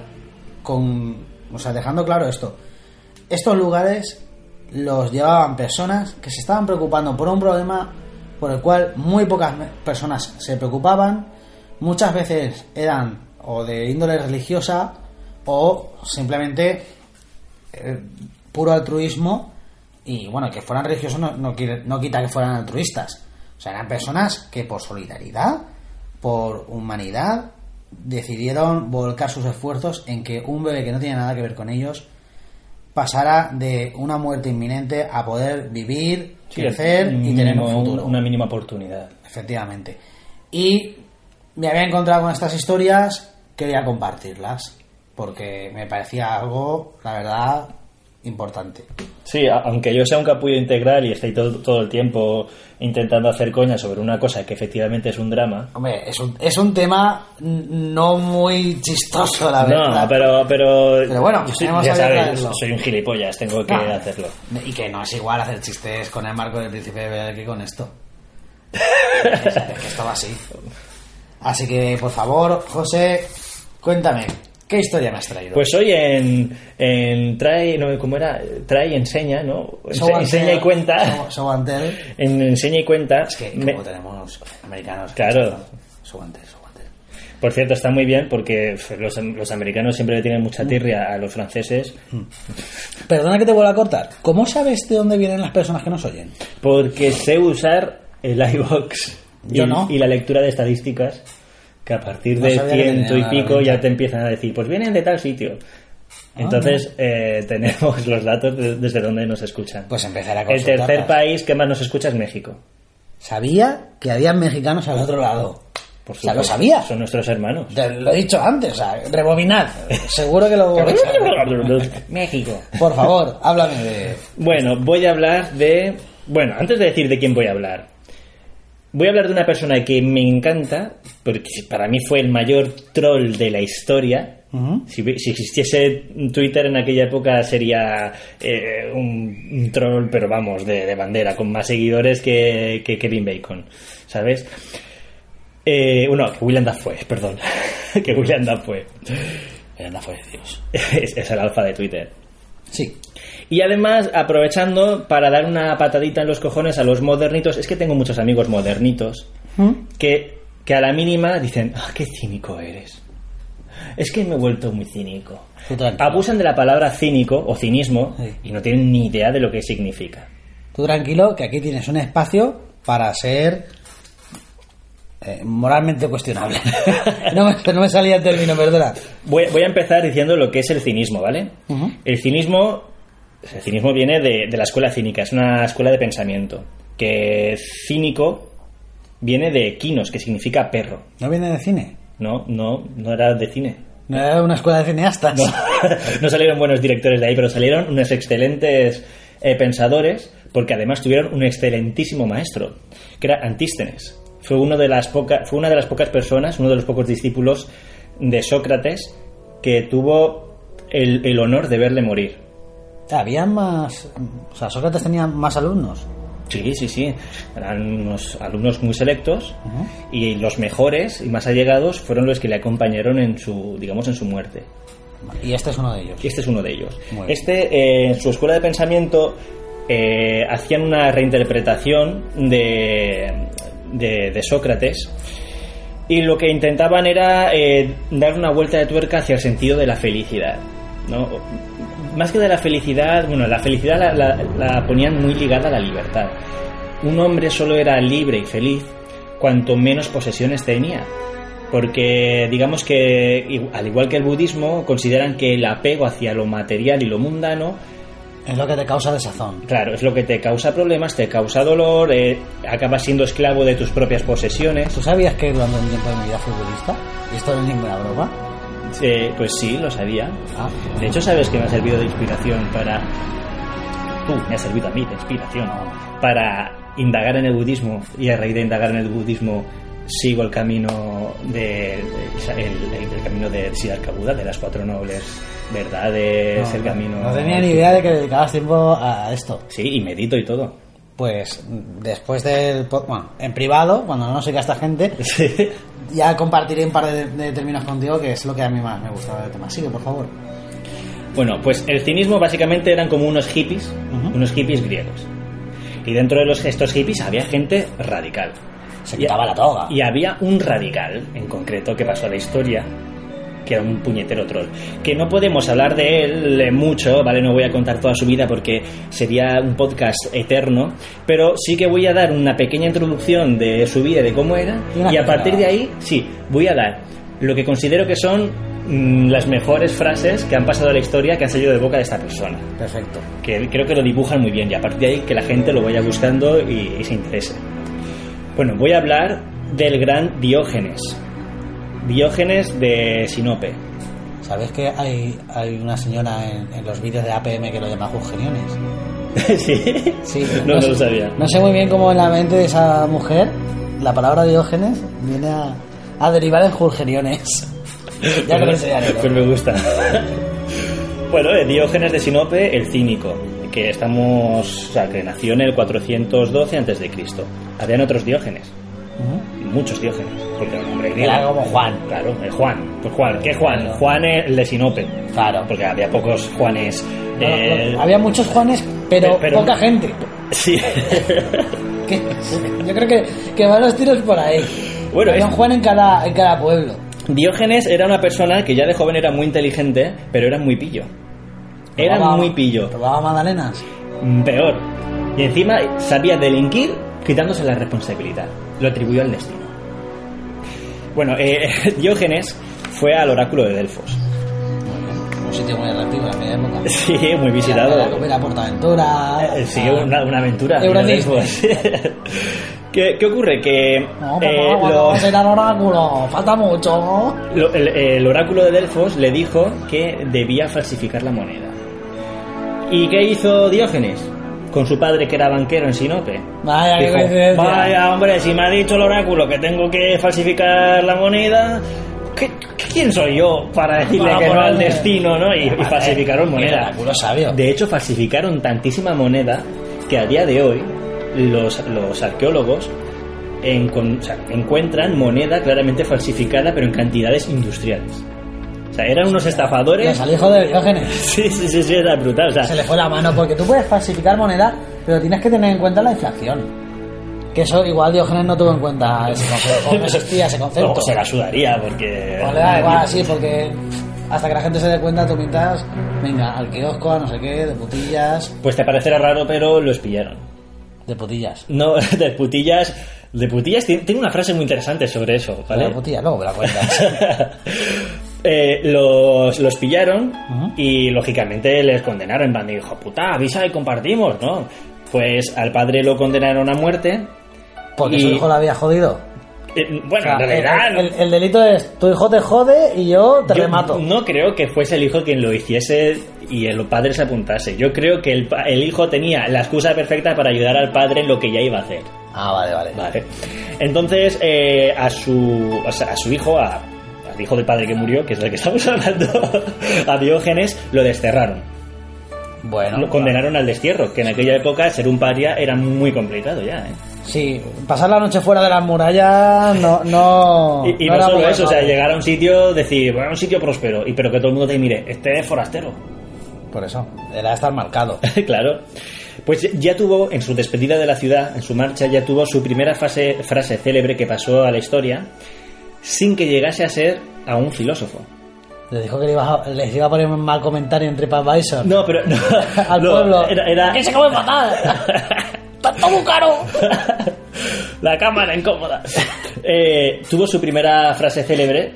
Speaker 1: con. O sea, dejando claro esto. Estos lugares los llevaban personas que se estaban preocupando por un problema por el cual muy pocas me- personas se preocupaban. Muchas veces eran o de índole religiosa o simplemente eh, puro altruismo y bueno, que fueran religiosos no, no, quiere- no quita que fueran altruistas. O sea, eran personas que por solidaridad, por humanidad, decidieron volcar sus esfuerzos en que un bebé que no tiene nada que ver con ellos pasara de una muerte inminente a poder vivir,
Speaker 2: Sí,
Speaker 1: crecer
Speaker 2: un
Speaker 1: y tener un
Speaker 2: mínimo-
Speaker 1: futuro.
Speaker 2: Una mínima oportunidad.
Speaker 1: Efectivamente. Y me había encontrado con estas historias, quería compartirlas, porque me parecía algo, la verdad, importante.
Speaker 2: Sí, a- aunque yo sea un capullo integral y esté todo, todo el tiempo intentando hacer coña sobre una cosa que efectivamente es un drama.
Speaker 1: Hombre, es un, es un tema n- no muy chistoso, la verdad.
Speaker 2: No, pero, pero,
Speaker 1: Pero bueno,
Speaker 2: yo soy-
Speaker 1: hemos
Speaker 2: ya
Speaker 1: sabido
Speaker 2: sabes,
Speaker 1: traerlo.
Speaker 2: soy un gilipollas, tengo que
Speaker 1: Ah,
Speaker 2: hacerlo.
Speaker 1: Y que no es igual hacer chistes con el marco del príncipe de Bel que con esto. Es que esto va así. Así que, por favor, José, cuéntame, ¿qué historia me has traído?
Speaker 2: Pues hoy en, en trae, no, ¿cómo era? Trae y enseña, ¿no? Ense-
Speaker 1: So and
Speaker 2: enseña
Speaker 1: tell,
Speaker 2: y cuenta.
Speaker 1: so- so and tell.
Speaker 2: En enseña y cuenta.
Speaker 1: Es que
Speaker 2: me-
Speaker 1: como tenemos americanos.
Speaker 2: Claro.
Speaker 1: Subante, subante.
Speaker 2: por cierto, está muy bien porque pf, los, los americanos siempre le tienen
Speaker 1: Mm.
Speaker 2: mucha tirria a los franceses
Speaker 1: Perdona que te vuelva a cortar. ¿Cómo sabes de dónde vienen las personas que nos oyen?
Speaker 2: Porque sé usar el iBox y,
Speaker 1: Yo no.
Speaker 2: y la lectura de estadísticas, que a partir
Speaker 1: No
Speaker 2: de
Speaker 1: sabía que
Speaker 2: ciento
Speaker 1: tenía
Speaker 2: y
Speaker 1: la
Speaker 2: pico
Speaker 1: herramienta.
Speaker 2: ya te empiezan a decir, pues vienen de tal sitio.
Speaker 1: Ah,
Speaker 2: Entonces eh, tenemos los datos de- desde donde nos escuchan.
Speaker 1: Pues empezaré a
Speaker 2: el
Speaker 1: consultarlas.
Speaker 2: tercer país que más nos escucha es México.
Speaker 1: Sabía que había mexicanos al otro lado.
Speaker 2: Por
Speaker 1: o sea, lo
Speaker 2: supuesto.
Speaker 1: sabía.
Speaker 2: Son nuestros hermanos.
Speaker 1: Te lo he dicho antes. O sea, rebobinad. Seguro que lo volvéis a ver.
Speaker 2: México.
Speaker 1: Por favor, háblame de...
Speaker 2: Bueno, voy a hablar de. Bueno, antes de decir de quién voy a hablar, voy a hablar de una persona que me encanta, porque para mí fue el mayor troll de la historia. Si, vi- si existiese Twitter en aquella época sería eh, un, un troll, pero vamos, de, de bandera, con más seguidores que, que Kevin Bacon, ¿sabes? Eh, bueno, que William Dafoe, perdón. que William Dafoe.
Speaker 1: Anda fuera de Dios.
Speaker 2: Es- es el alfa de Twitter.
Speaker 1: Sí.
Speaker 2: Y además, aprovechando para dar una patadita en los cojones a los modernitos, es que tengo muchos amigos modernitos que, que a la mínima dicen, ah, qué cínico eres. Es que me he vuelto muy cínico.
Speaker 1: Tú tranquilo.
Speaker 2: Abusan de la palabra cínico o cinismo
Speaker 1: Sí.
Speaker 2: y no tienen ni idea de lo que significa.
Speaker 1: Tú tranquilo, que aquí tienes un espacio para ser... eh, moralmente cuestionable. no, me, no me salía el término, perdona.
Speaker 2: Voy, voy a empezar diciendo lo que es el cinismo, ¿vale?
Speaker 1: Ujú.
Speaker 2: El cinismo, el cinismo viene de, de la escuela cínica, es una escuela de pensamiento. Que cínico viene de quinos, que significa perro.
Speaker 1: No viene de cine.
Speaker 2: No, no, no era de cine.
Speaker 1: No era una escuela de cineastas.
Speaker 2: No, no salieron buenos directores de ahí, pero salieron unos excelentes eh, pensadores, porque además tuvieron un excelentísimo maestro, que era Antístenes. Fue, uno de las poca- fue una de las pocas personas, uno de los pocos discípulos de Sócrates que tuvo el, el honor de verle morir.
Speaker 1: Había más. O sea, Sócrates tenía más alumnos.
Speaker 2: Sí, sí, sí. Eran unos alumnos muy selectos
Speaker 1: Ujú.
Speaker 2: y los mejores y más allegados fueron los que le acompañaron en su, digamos, en su muerte.
Speaker 1: Y este es uno de ellos.
Speaker 2: Este es uno de ellos.
Speaker 1: Muy bien.
Speaker 2: Este, eh, en su escuela de pensamiento, eh, hacían una reinterpretación de, de, de Sócrates y lo que intentaban era eh, dar una vuelta de tuerca hacia el sentido de la felicidad. ¿no? Más que de la felicidad, bueno, la felicidad la, la- la ponían muy ligada a la libertad. Un hombre solo era libre y feliz cuanto menos posesiones tenía. Porque digamos que, i- al igual que el budismo, consideran que el apego hacia lo material y lo mundano
Speaker 1: Es lo que te causa desazón.
Speaker 2: Claro, es lo que te causa problemas, te causa dolor, eh, acabas siendo esclavo de tus propias posesiones.
Speaker 1: ¿Tú sabías que durante un tiempo de mi vida fui budista? ¿Y esto no es ninguna broma?
Speaker 2: Eh, pues sí, lo sabía.
Speaker 1: Ah,
Speaker 2: De hecho, sabes que me ha servido de inspiración para. Tú, me ha servido a mí de inspiración. Para indagar en el budismo. Y a raíz de indagar en el budismo, sigo el camino de. de- el, el- el camino de Siddhartha Buda, de las cuatro nobles verdades, el camino.
Speaker 1: no tenía ni idea de que dedicabas tiempo a esto.
Speaker 2: Sí, y medito y todo.
Speaker 1: Pues mm, después del. po- Bueno, en privado, cuando no sé qué a esta gente,
Speaker 2: Sí.
Speaker 1: ya compartiré un par de, de términos contigo, que es lo que a mí más me gustaba del tema. Sigue, por favor.
Speaker 2: Bueno, pues el cinismo básicamente eran como unos hippies,
Speaker 1: Ujú.
Speaker 2: unos hippies griegos. Y dentro de los, estos hippies había gente radical.
Speaker 1: Se quitaba la toga.
Speaker 2: Y había un radical, en concreto, que pasó a la historia, que era un puñetero troll. Que no podemos hablar de él eh, mucho, ¿vale? No voy a contar toda su vida porque sería un podcast eterno, pero sí que voy a dar una pequeña introducción de su vida, de cómo era,
Speaker 1: Y una
Speaker 2: y a partir de
Speaker 1: pincelada.
Speaker 2: ahí, sí, voy a dar lo que considero que son mm, las mejores frases que han pasado a la historia que han salido de boca de esta persona.
Speaker 1: Perfecto.
Speaker 2: Que creo que lo dibujan muy bien y a partir de ahí que la gente lo vaya buscando y, y se interese. Bueno, voy a hablar del gran Diógenes. Diógenes de Sinope.
Speaker 1: ¿Sabes que hay, hay una señora en, en los vídeos de APM que lo llama Jurgeniones?
Speaker 2: sí.
Speaker 1: Sí,
Speaker 2: No, no
Speaker 1: sé-
Speaker 2: lo sabía.
Speaker 1: No sé muy bien cómo en la mente de esa mujer la palabra Diógenes viene a, a derivar en Jurgeniones. ya
Speaker 2: Pero-
Speaker 1: te lo enseñaré. ¿no?
Speaker 2: Pues me gusta. bueno, eh, Diógenes de Sinope, el cínico, que estamos, o sea, que nació en el 412 antes de Cristo. Habían otros Diógenes,
Speaker 1: Ujú.
Speaker 2: muchos Diógenes, porque era un hombre griego.
Speaker 1: Era como Juan.
Speaker 2: Claro, el Juan. Pues Juan, ¿qué Juan? Juan el de Sinope. Claro, porque había pocos Juanes. eh,
Speaker 1: No, no, había muchos Juanes, pero,
Speaker 2: pero- pero-
Speaker 1: poca gente.
Speaker 2: Sí.
Speaker 1: Que- yo creo que, que van los tiros por ahí.
Speaker 2: Bueno,
Speaker 1: había
Speaker 2: es-
Speaker 1: un Juan en cada, en cada pueblo.
Speaker 2: Diógenes era una persona que ya de joven era muy inteligente, pero era muy pillo. Era
Speaker 1: Robaba-
Speaker 2: muy pillo.
Speaker 1: Robaba magdalenas.
Speaker 2: Mm, Peor. Y encima sabía delinquir quitándose la responsabilidad. Lo atribuyó al destino. Bueno, eh, Diógenes fue al oráculo de Delfos.
Speaker 1: Un sitio muy atractivo en aquella época.
Speaker 2: Sí, muy
Speaker 1: Era,
Speaker 2: visitado.
Speaker 1: era Portaventura.
Speaker 2: Eh, Sí,
Speaker 1: era-
Speaker 2: una, una aventura.
Speaker 1: Euro
Speaker 2: ir a
Speaker 1: Disney.
Speaker 2: Delfos. ¿Qué, qué ocurre? Que
Speaker 1: No, papá,
Speaker 2: eh,
Speaker 1: cuando
Speaker 2: lo-
Speaker 1: vamos a ir al oráculo. Falta mucho.
Speaker 2: lo- el, el oráculo de Delfos le dijo que debía falsificar la moneda. ¿Y qué hizo Diógenes? Con su padre que era banquero en Sinope.
Speaker 1: Vaya, qué
Speaker 2: Dijo,
Speaker 1: coincidencia.
Speaker 2: Vaya, hombre, si me ha dicho el oráculo que tengo que falsificar la moneda, ¿qué- ¿quién soy yo para decirle
Speaker 1: Para
Speaker 2: que no al
Speaker 1: ponerle-
Speaker 2: destino, no? Y, y falsificaron
Speaker 1: El
Speaker 2: moneda.
Speaker 1: oráculo sabio.
Speaker 2: De hecho, falsificaron tantísima moneda que a día de hoy los, los arqueólogos encon- o sea, encuentran moneda claramente falsificada, pero en cantidades industriales. O sea, eran unos
Speaker 1: Pues
Speaker 2: estafadores.
Speaker 1: al hijo de Diógenes.
Speaker 2: Sí, sí, sí, sí, era brutal. O sea,
Speaker 1: Se le fue la mano porque tú puedes falsificar moneda, pero tienes que tener en cuenta la inflación. Que eso igual Diógenes no tuvo en cuenta ese concepto. O no existía ese concepto.
Speaker 2: o se la sudaría porque...
Speaker 1: O Pues le da igual así porque hasta que la gente se dé cuenta tú mientras, venga, al kiosco, a no sé qué, de putillas.
Speaker 2: Pues te parecerá raro, pero los pillaron.
Speaker 1: De putillas.
Speaker 2: No, de putillas De putillas tiene, tiene una frase muy interesante sobre eso, ¿vale?
Speaker 1: La putilla, luego me la cuentas.
Speaker 2: Eh, los, los pillaron y lógicamente les condenaron. En plan, de, hijo puta, avisa y compartimos, ¿no? Pues al padre lo condenaron a muerte.
Speaker 1: Porque
Speaker 2: Y-
Speaker 1: su hijo la había jodido.
Speaker 2: Eh, bueno,
Speaker 1: O sea,
Speaker 2: en realidad.
Speaker 1: el, el- el delito es tu hijo te jode y yo te
Speaker 2: yo
Speaker 1: remato.
Speaker 2: No creo que fuese el hijo quien lo hiciese y el padre se apuntase. Yo creo que el, pa- el hijo tenía la excusa perfecta para ayudar al padre en lo que ya iba a hacer.
Speaker 1: Ah, vale, vale.
Speaker 2: Vale. Entonces, eh, a su o sea, a su hijo, a- al hijo del padre que murió, que es del que estamos hablando, a Diógenes, lo desterraron.
Speaker 1: Bueno,
Speaker 2: lo condenaron al destierro, que en aquella época ser un paria era muy complicado ya, ¿eh?
Speaker 1: sí, pasar la noche fuera de las murallas no. no
Speaker 2: Y, y
Speaker 1: no
Speaker 2: no,
Speaker 1: era
Speaker 2: solo
Speaker 1: poco
Speaker 2: eso, o sea,
Speaker 1: probable.
Speaker 2: llegar a un sitio, decir, bueno, a un sitio próspero, y pero que todo el mundo te mire, este es forastero.
Speaker 1: Por eso, era estar marcado.
Speaker 2: claro. Pues ya tuvo, en su despedida de la ciudad, en su marcha, ya tuvo su primera fase- frase célebre que pasó a la historia, sin que llegase a ser a un filósofo.
Speaker 1: Les dijo que le iba a- les iba a poner un mal comentario en TripAdvisor.
Speaker 2: No, pero... no,
Speaker 1: al
Speaker 2: no,
Speaker 1: pueblo.
Speaker 2: Era, era-
Speaker 1: ¡Que se come fatal! ¡Tanto muy caro!
Speaker 2: La cámara incómoda. Eh, tuvo su primera frase célebre,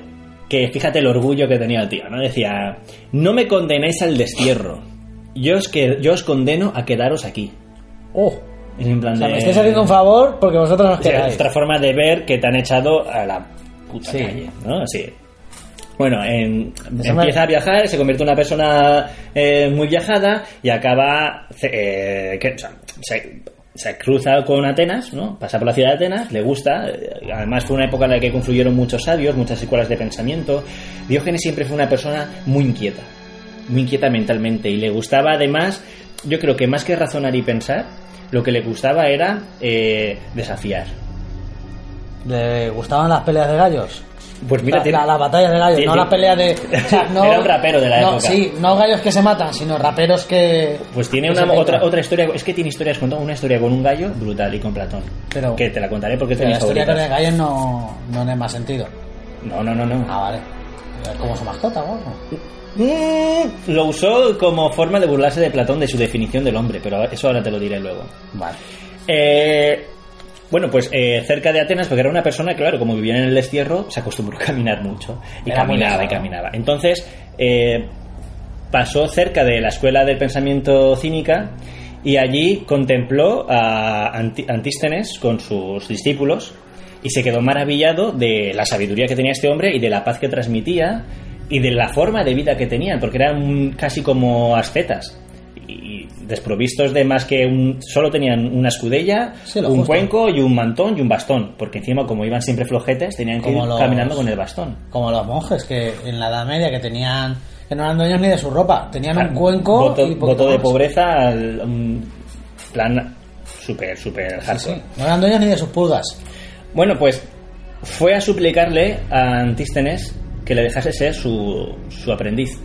Speaker 2: que fíjate el orgullo que tenía el tío, ¿no? Decía, no me condenéis al destierro, yo os, que, yo os condeno a quedaros aquí.
Speaker 1: Oh,
Speaker 2: Es en plan
Speaker 1: o sea,
Speaker 2: de-
Speaker 1: me estáis haciendo un favor porque vosotros os
Speaker 2: o sea,
Speaker 1: quedáis.
Speaker 2: otra forma de ver que te han echado a la puta
Speaker 1: Sí.
Speaker 2: calle, ¿no? Así. Bueno, en-
Speaker 1: Eso me-
Speaker 2: empieza a viajar, se convierte en una persona eh, muy viajada y acaba. eh, que- o sea, se, se cruza con Atenas, ¿no? Pasa por la ciudad de Atenas, le gusta. eh, Además, fue una época en la que confluyeron muchos sabios, muchas escuelas de pensamiento. Diógenes siempre fue una persona muy inquieta, muy inquieta mentalmente y le gustaba además, yo creo que más que razonar y pensar, lo que le gustaba era eh, desafiar.
Speaker 1: ¿Le gustaban las peleas de gallos?
Speaker 2: Pues
Speaker 1: Mira, la,
Speaker 2: mira, tiene-
Speaker 1: la, la batalla de gallos,
Speaker 2: Sí,
Speaker 1: no
Speaker 2: sí.
Speaker 1: las peleas de. o sea, no,
Speaker 2: Era un rapero de la
Speaker 1: no,
Speaker 2: época.
Speaker 1: Sí, no gallos que se matan, sino raperos que.
Speaker 2: Pues tiene
Speaker 1: que
Speaker 2: una,
Speaker 1: se meten.
Speaker 2: otra, otra historia, es que tiene historias con una historia con un gallo brutal y con Platón.
Speaker 1: Pero-
Speaker 2: que te la contaré porque
Speaker 1: Pero
Speaker 2: tengo
Speaker 1: la historia con los gallos
Speaker 2: favoritas.
Speaker 1: no, no tiene más sentido.
Speaker 2: No, no, no, no.
Speaker 1: Ah, vale. Es como su mascota, bueno.
Speaker 2: Mm, lo usó como forma de burlarse de Platón de su definición del hombre, pero eso ahora te lo diré luego.
Speaker 1: Vale.
Speaker 2: Eh, bueno, pues eh, cerca de Atenas, porque era una persona, claro, como vivía en el destierro, se acostumbró a caminar mucho. Y
Speaker 1: Era muy
Speaker 2: caminaba y
Speaker 1: lejano.
Speaker 2: caminaba. Entonces, eh, pasó cerca de la escuela del pensamiento cínica y allí contempló a Anti- Antístenes con sus discípulos y se quedó maravillado de la sabiduría que tenía este hombre y de la paz que transmitía y de la forma de vida que tenían, porque eran casi como ascetas y desprovistos de más que un... solo tenían una escudella,
Speaker 1: Sí, lo
Speaker 2: un
Speaker 1: justo.
Speaker 2: cuenco y un mantón y un bastón, porque encima como iban siempre flojetes tenían que
Speaker 1: Como
Speaker 2: ir
Speaker 1: los-
Speaker 2: caminando con el bastón.
Speaker 1: Como los monjes que en la Edad Media que tenían. que no eran dueños ni de su ropa. Tenían un
Speaker 2: Claro,
Speaker 1: cuenco.
Speaker 2: Ah, Mm. voto,
Speaker 1: y poquito
Speaker 2: voto de
Speaker 1: más.
Speaker 2: pobreza al un plan súper súper
Speaker 1: Sí,
Speaker 2: hardcore
Speaker 1: sí. No eran dueños ni de sus pulgas.
Speaker 2: bueno pues fue a suplicarle a Antístenes que le dejase ser su, su aprendiz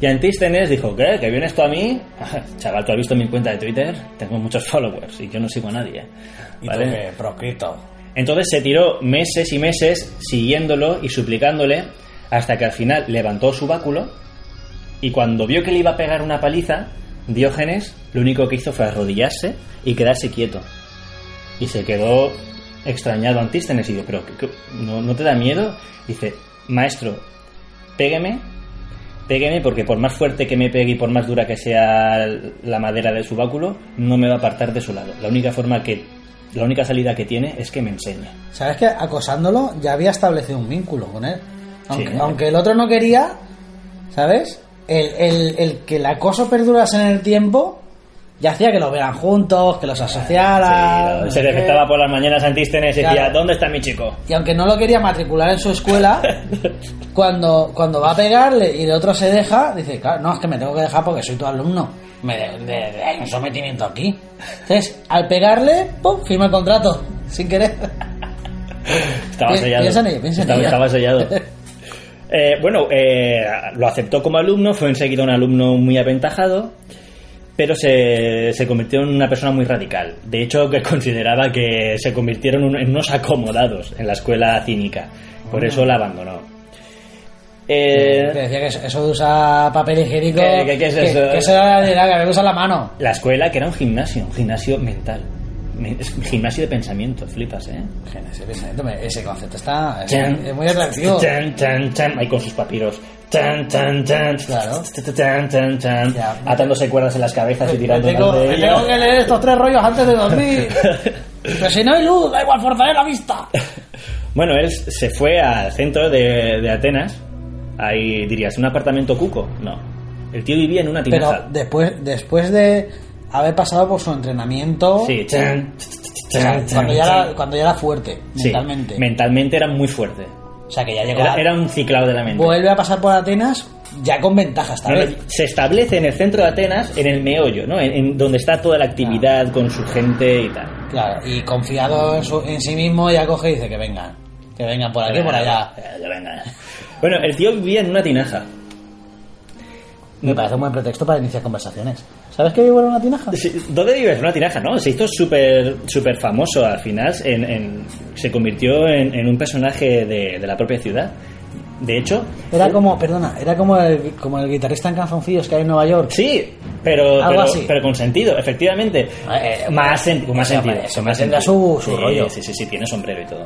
Speaker 2: y Antístenes dijo ¿qué? ¿que vienes tú a mí? chaval tú has visto mi cuenta de Twitter tengo muchos followers y yo no sigo a nadie
Speaker 1: Y
Speaker 2: ¿Vale?
Speaker 1: tú que, proscrito.
Speaker 2: Entonces se tiró meses y meses siguiéndolo y suplicándole hasta que al final levantó su báculo y cuando vio que le iba a pegar una paliza, Diógenes lo único que hizo fue arrodillarse y quedarse quieto. Y se quedó extrañado Antístenes y dijo, pero ¿qué- qué- no, ¿no te da miedo? Dice, maestro, pégame, pégame porque por más fuerte que me pegue y por más dura que sea la madera de su báculo, no me va a apartar de su lado. La única forma que, la única salida que tiene es que me enseñe.
Speaker 1: ¿Sabes que Acosándolo ya había establecido un vínculo con él. Aunque,
Speaker 2: Sí.
Speaker 1: aunque el otro no quería, ¿sabes? El, el- el que el acoso perdurase en el tiempo ya hacía que los vieran juntos, que los asociaran. no sé
Speaker 2: se
Speaker 1: qué.
Speaker 2: despertaba por las mañanas Antístenes y decía,
Speaker 1: Ah, eh, Claro.
Speaker 2: ¿dónde está mi chico?
Speaker 1: Y aunque no lo quería matricular en su escuela, cuando, cuando va a pegarle y el otro se deja, dice, claro, no, es que me tengo que dejar porque soy tu alumno. Me de- de- de- hay un sometimiento aquí. Entonces, al pegarle, ¡pum! firma el contrato, sin querer.
Speaker 2: Estaba
Speaker 1: Pi-
Speaker 2: sellado.
Speaker 1: piensa en ello, piensa en
Speaker 2: estaba,
Speaker 1: ello.
Speaker 2: estaba sellado. Eh, bueno, eh, lo aceptó como alumno, fue enseguida un alumno muy aventajado, pero se, se convirtió en una persona muy radical. De hecho, que consideraba que se convirtieron un- en unos acomodados en la escuela cínica. Por eso la abandonó. Eh,
Speaker 1: Que decía que eso- eso de usar papel higiénico.
Speaker 2: ¿Qué- qué- qué es eso?
Speaker 1: Que, que eso era de la que usa la mano.
Speaker 2: la escuela que era un gimnasio, un gimnasio mental. Me- Es gimnasio de pensamiento, flipas, ¿eh?
Speaker 1: Genesis, pensamiento, me- ese concepto está es,
Speaker 2: Chan.
Speaker 1: es muy atractivo.
Speaker 2: Chan, chan, chan. Ahí con sus papiros. Chan, chan, chan.
Speaker 1: Claro.
Speaker 2: Chan, chan, chan.
Speaker 1: Ya.
Speaker 2: Atándose cuerdas en las cabezas y
Speaker 1: Me
Speaker 2: tirando
Speaker 1: tengo,
Speaker 2: de
Speaker 1: me
Speaker 2: ellas.
Speaker 1: tengo que leer estos tres rollos antes de dormir. Pero si no hay luz, da igual, forzaré la vista.
Speaker 2: Bueno, él se fue al centro de, de Atenas. Ahí dirías, ¿un apartamento cuco? No. El tío vivía en una
Speaker 1: Pero
Speaker 2: tinaja.
Speaker 1: después, después de haber pasado por su entrenamiento,
Speaker 2: Sí, chan, chan,
Speaker 1: cuando,
Speaker 2: chan,
Speaker 1: ya
Speaker 2: chan.
Speaker 1: era, cuando ya era fuerte
Speaker 2: Sí,
Speaker 1: mentalmente,
Speaker 2: mentalmente era muy fuerte.
Speaker 1: o sea que ya llegó
Speaker 2: Era,
Speaker 1: a-
Speaker 2: era un ciclado de la mente.
Speaker 1: vuelve a pasar por Atenas ya con ventaja esta
Speaker 2: No, no,
Speaker 1: vez.
Speaker 2: se establece en el centro de Atenas, en el meollo, ¿no? En, en donde está toda la actividad con su gente y tal.
Speaker 1: Claro, y confiado en, su- en sí mismo, ya coge y dice que vengan, que vengan por aquí, por allá.
Speaker 2: Eh, que venga. Bueno, el tío vivía en una tinaja.
Speaker 1: Me parece un buen pretexto para iniciar conversaciones. ¿Sabes que vivo en una tinaja?
Speaker 2: Sí, ¿Dónde vives? En Una tinaja, ¿no? Se hizo súper súper famoso al final. en- en- se convirtió en, en un personaje de, de la propia ciudad. De hecho,
Speaker 1: Era como, perdona, era como el, como el guitarrista en canzoncillos que hay en Nueva York.
Speaker 2: sí, pero,
Speaker 1: Algo
Speaker 2: pero,
Speaker 1: así.
Speaker 2: pero con sentido, efectivamente.
Speaker 1: Eh, eh,
Speaker 2: más, sen- con más
Speaker 1: o sea,
Speaker 2: sentido.
Speaker 1: parece-
Speaker 2: con más
Speaker 1: tendrá
Speaker 2: sentido.
Speaker 1: su- su
Speaker 2: sí,
Speaker 1: rollo.
Speaker 2: Sí, sí, sí, tiene sombrero y todo.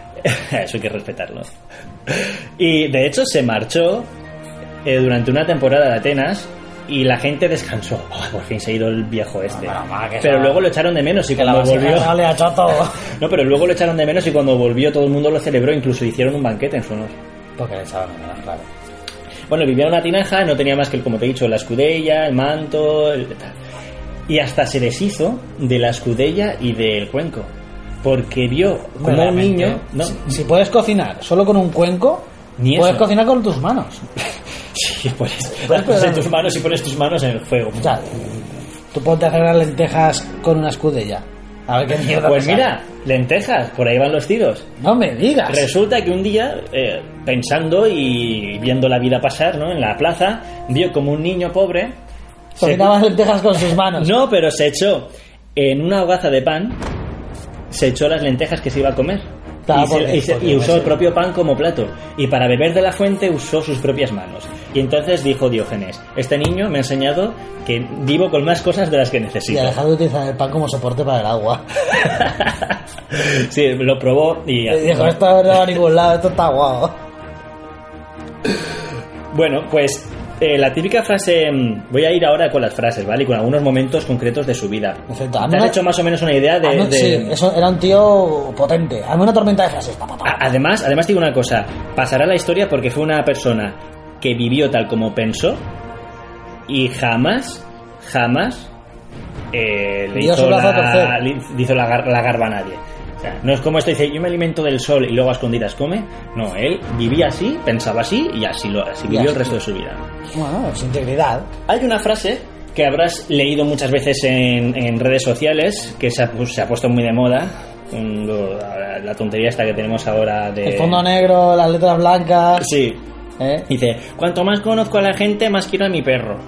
Speaker 2: Eso hay que respetarlo. Y de hecho se marchó eh, durante una temporada de Atenas y la gente descansó. Oh, por fin se ha ido el viejo este.
Speaker 1: Bueno, va, que
Speaker 2: pero
Speaker 1: va.
Speaker 2: luego lo echaron de menos y
Speaker 1: Que la
Speaker 2: cuando volvió...
Speaker 1: basura sale a choto.
Speaker 2: No, pero luego lo echaron de menos y cuando volvió todo el mundo lo celebró, incluso hicieron un banquete en su honor.
Speaker 1: Porque le echaban de menos, claro.
Speaker 2: Bueno, vivía en una tinaja, no tenía más que, el, como te he dicho, la escudella, el manto, el tal. Y hasta se deshizo de la escudella y del cuenco. Porque vio como un
Speaker 1: Verdaderamente,
Speaker 2: niño... No,
Speaker 1: si, si puedes cocinar solo con un cuenco,
Speaker 2: Ni
Speaker 1: puedes
Speaker 2: eso.
Speaker 1: cocinar con tus manos.
Speaker 2: sí, pones las cosas en tus manos y pones tus manos en el fuego.
Speaker 1: O sea, tú ponte a fregar lentejas con una escudella. A ver qué mierda.
Speaker 2: Pues
Speaker 1: te sale.
Speaker 2: mira, lentejas, por ahí van los tiros.
Speaker 1: No me digas.
Speaker 2: Resulta que un día, eh, pensando y viendo la vida pasar, ¿no? En la plaza, vio como un niño pobre... se-
Speaker 1: Cocinabas lentejas con sus manos.
Speaker 2: No, pero se echó en una hogaza de pan, se echó las lentejas que se iba a comer.
Speaker 1: Claro,
Speaker 2: y, se-
Speaker 1: Ah, porque-
Speaker 2: y se- y
Speaker 1: porque
Speaker 2: usó
Speaker 1: no
Speaker 2: el
Speaker 1: sé.
Speaker 2: propio pan como plato. Y para beber de la fuente usó sus propias manos. Y entonces dijo Diógenes, este niño me ha enseñado que vivo con más cosas de las que
Speaker 1: Y
Speaker 2: necesito.
Speaker 1: a dejar de utilizar el pan como soporte para el agua.
Speaker 2: sí, lo probó y...
Speaker 1: Y Eh, dijo, esto no va a ningún lado, esto está guau.
Speaker 2: Bueno, pues eh, la típica frase... mm, Voy a ir ahora con las frases, ¿vale? Y con algunos momentos concretos de su vida.
Speaker 1: Perfecto.
Speaker 2: Te has
Speaker 1: Hazme-
Speaker 2: hecho más o menos una idea de...
Speaker 1: Hazme-
Speaker 2: de-
Speaker 1: Sí, eso era un tío potente. Hazme una tormenta de frases. pa, pa, pa.
Speaker 2: A- Además, además digo una cosa, pasará la historia porque fue una persona que vivió tal como pensó y jamás, jamás eh, le,
Speaker 1: Dio
Speaker 2: hizo
Speaker 1: su brazo a
Speaker 2: la,
Speaker 1: torcer.
Speaker 2: le hizo la, gar- la garba a nadie. O sea, no es como esto dice, yo me alimento del sol y luego a escondidas come. No, él vivía así, pensaba así y así, lo, así
Speaker 1: Y
Speaker 2: vivió
Speaker 1: así.
Speaker 2: el resto de su vida.
Speaker 1: Bueno, es integridad.
Speaker 2: Hay una frase que habrás leído muchas veces en, en redes sociales, que se ha, pu- se ha puesto muy de moda, con lo- la, la tontería esta que tenemos ahora de...
Speaker 1: El fondo negro, las letras blancas.
Speaker 2: Eh. Sí.
Speaker 1: ¿eh?
Speaker 2: Dice, cuanto más conozco a la gente, más quiero a mi perro.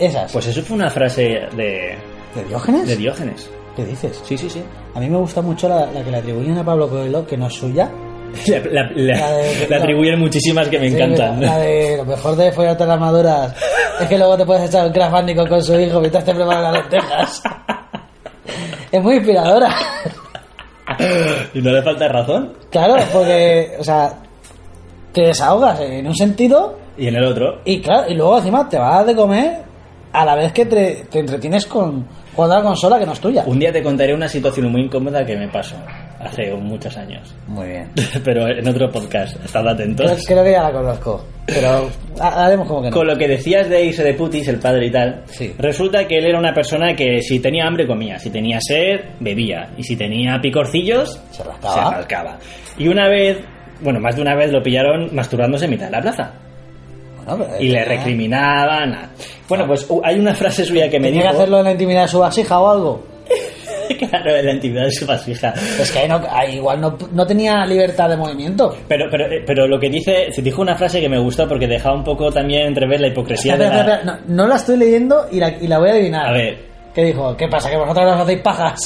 Speaker 1: Esas.
Speaker 2: Pues eso fue una frase de,
Speaker 1: ¿De Diógenes?
Speaker 2: de Diógenes.
Speaker 1: ¿Qué dices?
Speaker 2: Sí, sí, sí.
Speaker 1: A mí me gusta mucho la, la que le atribuyen a Pablo Coelho, que no es suya.
Speaker 2: La, la- la-
Speaker 1: La de-
Speaker 2: le atribuyen muchísimas que me encantan.
Speaker 1: Sí, La de lo mejor de follarte las maduras es que luego te puedes echar un Crash Bandicoot con su hijo mientras te preparan las lentejas. Es muy inspiradora.
Speaker 2: ¿Y no le falta razón?
Speaker 1: Claro, porque, o sea, te desahogas en un sentido
Speaker 2: Y en el otro.
Speaker 1: y claro, y luego encima te vas de comer a la vez que te, te entretienes con jugando a la consola que no es tuya.
Speaker 2: Un día te contaré una situación muy incómoda que me pasó hace muchos años.
Speaker 1: Muy bien.
Speaker 2: Pero en otro podcast, estad
Speaker 1: Creo,
Speaker 2: atentos.
Speaker 1: creo que ya la conozco, pero ha- haremos como que no.
Speaker 2: Con lo que decías de irse de putis, el padre y tal,
Speaker 1: Sí.
Speaker 2: resulta que él era una persona que si tenía hambre comía, si tenía sed bebía, y si tenía picorcillos
Speaker 1: Se rascaba.
Speaker 2: se rascaba. Y una vez, bueno, más de una vez lo pillaron masturbándose en mitad de la plaza.
Speaker 1: Bueno, pero-
Speaker 2: Y le recriminaban. a- Bueno, pues u- hay una frase suya que me
Speaker 1: Ah. ¿Tenía
Speaker 2: dijo.
Speaker 1: que hacerlo en la intimidad de su vasija o algo?
Speaker 2: claro, en la intimidad de su vasija.
Speaker 1: Es que ahí no, ahí igual no, no tenía libertad de movimiento.
Speaker 2: Pero, pero, eh, pero lo que dice, se dijo una frase que me gustó porque dejaba un poco también entrever la hipocresía
Speaker 1: Espera,
Speaker 2: de la.
Speaker 1: espera, espera, No, no la estoy leyendo y la, y la voy a adivinar.
Speaker 2: A ver.
Speaker 1: ¿Qué dijo? ¿Qué pasa? ¿Que vosotros os hacéis pajas?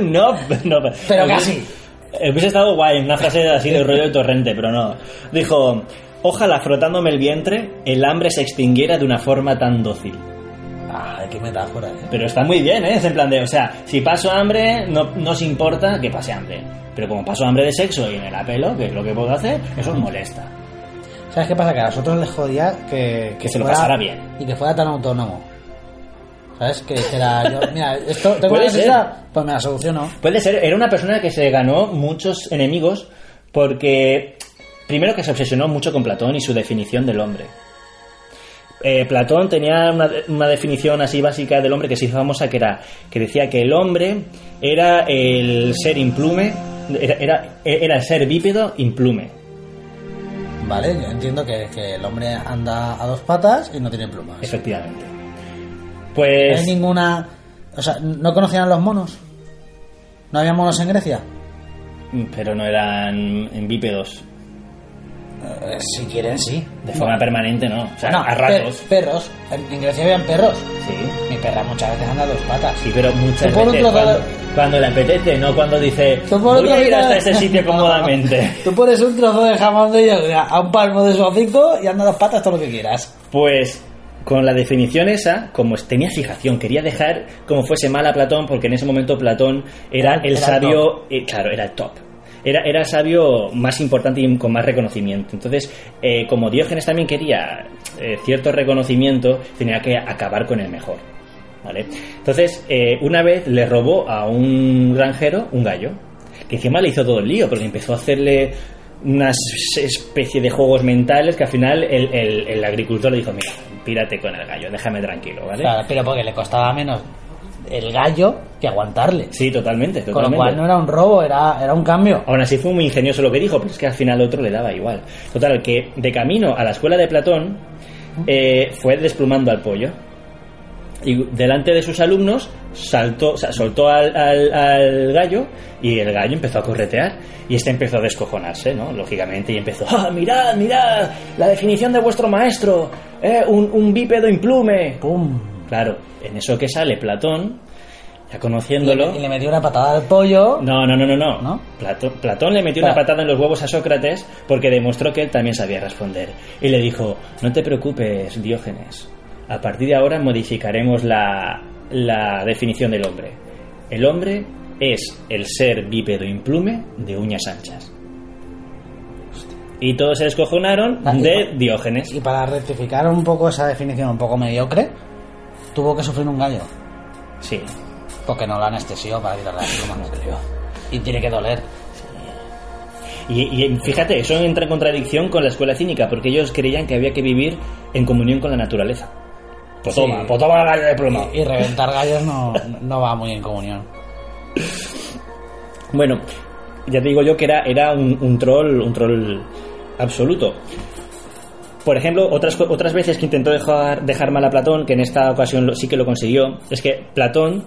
Speaker 2: no, no.
Speaker 1: Pero
Speaker 2: hubiese-
Speaker 1: casi.
Speaker 2: Hubiese estado guay, una frase así de rollo de torrente, pero no. Dijo: Ojalá frotándome el vientre, el hambre se extinguiera de una forma tan dócil.
Speaker 1: Ah, qué metáfora, eh.
Speaker 2: Pero está muy bien, ¿eh? Es en plan de, o sea, si paso hambre, no, no os importa que pase hambre. Pero como paso hambre de sexo y en el apelo, que es lo que puedo hacer, eso os molesta.
Speaker 1: ¿Sabes qué pasa? Que a nosotros les jodía que,
Speaker 2: Que se lo pasara bien.
Speaker 1: Y que fuera tan autónomo. ¿Sabes? Que dijera yo, mira, esto tengo una
Speaker 2: Puede ser.
Speaker 1: necesidad, pues me la soluciono.
Speaker 2: Puede ser, era una persona que se ganó muchos enemigos porque, primero que se obsesionó mucho con Platón y su definición del hombre. Eh, Platón tenía una, una definición así básica del hombre que se hizo famosa que era que decía que el hombre era el ser implume, era, era, era el ser bípedo implume.
Speaker 1: Vale, yo entiendo que, que el hombre anda a dos patas y no tiene plumas.
Speaker 2: Efectivamente.
Speaker 1: No hay
Speaker 2: Pues
Speaker 1: ninguna. O sea, ¿no conocían a los monos? ¿No había monos en Grecia?
Speaker 2: pero no eran bípedos.
Speaker 1: Eh, si quieren, sí.
Speaker 2: De forma permanente, ¿no? O sea,
Speaker 1: No,
Speaker 2: a ratos.
Speaker 1: per- perros. En, en Grecia habían perros.
Speaker 2: Sí.
Speaker 1: Mi perra muchas veces anda a dos patas.
Speaker 2: Sí, pero muchas
Speaker 1: Tú por
Speaker 2: veces
Speaker 1: otro
Speaker 2: cuando,
Speaker 1: lado-
Speaker 2: cuando le apetece, no cuando dice
Speaker 1: Tú por
Speaker 2: voy
Speaker 1: otro
Speaker 2: a ir
Speaker 1: lado-
Speaker 2: hasta ese sitio cómodamente.
Speaker 1: Tú pones un trozo de jamón de yogur a un palmo de su hocico y anda a dos patas todo lo que quieras.
Speaker 2: Pues con la definición esa, como tenía fijación, quería dejar como fuese mal a Platón, porque en ese momento Platón era el
Speaker 1: Era el
Speaker 2: sabio, eh, claro, era el top. Era, era el sabio más importante y con más reconocimiento. Entonces, eh, como Diógenes también quería eh, cierto reconocimiento, tenía que acabar con el mejor. ¿Vale? Entonces, eh, una vez le robó a un granjero un gallo, que encima le hizo todo el lío, porque empezó a hacerle unas especie de juegos mentales que al final el, el- el agricultor le dijo, mira, pírate con el gallo, déjame tranquilo, ¿vale?
Speaker 1: Claro, pero porque le costaba menos el gallo que aguantarle.
Speaker 2: Sí, totalmente, totalmente.
Speaker 1: Con lo cual no era un robo, era, era un cambio.
Speaker 2: Aún así fue muy ingenioso lo que dijo, pero es que al final otro le daba igual. Total, que de camino a la escuela de Platón eh, fue desplumando al pollo. Y delante de sus alumnos saltó, o sea, soltó al, al- al gallo y el gallo empezó a corretear y este empezó a descojonarse, ¿no? Lógicamente, y empezó, ¡ah, mirad, mirad! La definición de vuestro maestro, ¿eh? un, un bípedo implume.
Speaker 1: ¡Pum!
Speaker 2: Claro, en eso que sale Platón, ya
Speaker 1: Y
Speaker 2: conociéndolo...
Speaker 1: le, y le metió una patada al pollo.
Speaker 2: No, no, no, no, no.
Speaker 1: ¿No?
Speaker 2: Platón, Platón le metió
Speaker 1: Claro.
Speaker 2: una patada en los huevos a Sócrates porque demostró que él también sabía responder. Y le dijo, no te preocupes, Diógenes. A partir de ahora modificaremos la, la definición del hombre. El hombre es el ser bípedo implume de uñas anchas. Y todos se descojonaron
Speaker 1: Ah, y
Speaker 2: de
Speaker 1: pa-
Speaker 2: Diógenes.
Speaker 1: Y para rectificar un poco esa definición un poco mediocre, tuvo que sufrir un gallo.
Speaker 2: Sí.
Speaker 1: Porque no lo anestesió para quitarle las plumas. Y tiene que doler.
Speaker 2: Y, y fíjate, eso entra en contradicción con la escuela cínica, porque ellos creían que había que vivir en comunión con la naturaleza. Pues
Speaker 1: Sí.
Speaker 2: toma, pues toma gallo de pluma.
Speaker 1: Y reventar gallos no, no va muy en comunión.
Speaker 2: Bueno, ya te digo yo que era, era un, un troll, un troll absoluto. Por ejemplo, otras, co- otras veces que intentó dejar, dejar mal a Platón, que en esta ocasión lo- sí que lo consiguió, es que Platón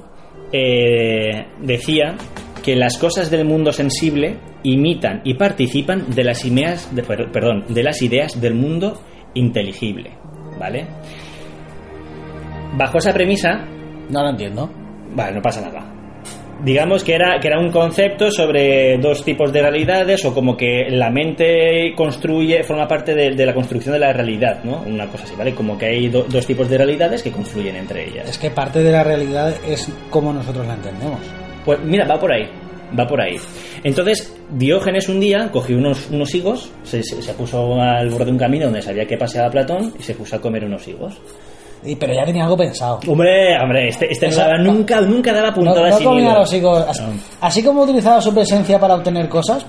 Speaker 2: eh, decía que las cosas del mundo sensible imitan y participan de las ideas, de- per- perdón, de las ideas del mundo inteligible, ¿vale? Bajo esa premisa,
Speaker 1: No lo entiendo.
Speaker 2: Vale, no pasa nada. Digamos que era, que era un concepto sobre dos tipos de realidades, o como que la mente construye, forma parte de, de la construcción de la realidad, ¿no? Una cosa así, ¿vale? Como que hay do- dos tipos de realidades que confluyen entre ellas.
Speaker 1: Es que parte de la realidad es como nosotros la entendemos.
Speaker 2: Pues mira, va por ahí, va por ahí. Entonces, Diógenes un día cogió unos, unos higos, se, se- se puso al borde de un camino donde sabía que paseaba Platón y se puso a comer unos higos.
Speaker 1: Y, pero ya tenía algo pensado.
Speaker 2: Hombre, hombre, este, este no
Speaker 1: Esa-
Speaker 2: daba- nunca, nunca daba
Speaker 1: No,
Speaker 2: puntadas
Speaker 1: no
Speaker 2: sin
Speaker 1: comía
Speaker 2: hilo.
Speaker 1: los higos. Así,
Speaker 2: No.
Speaker 1: así como utilizaba su presencia para obtener cosas.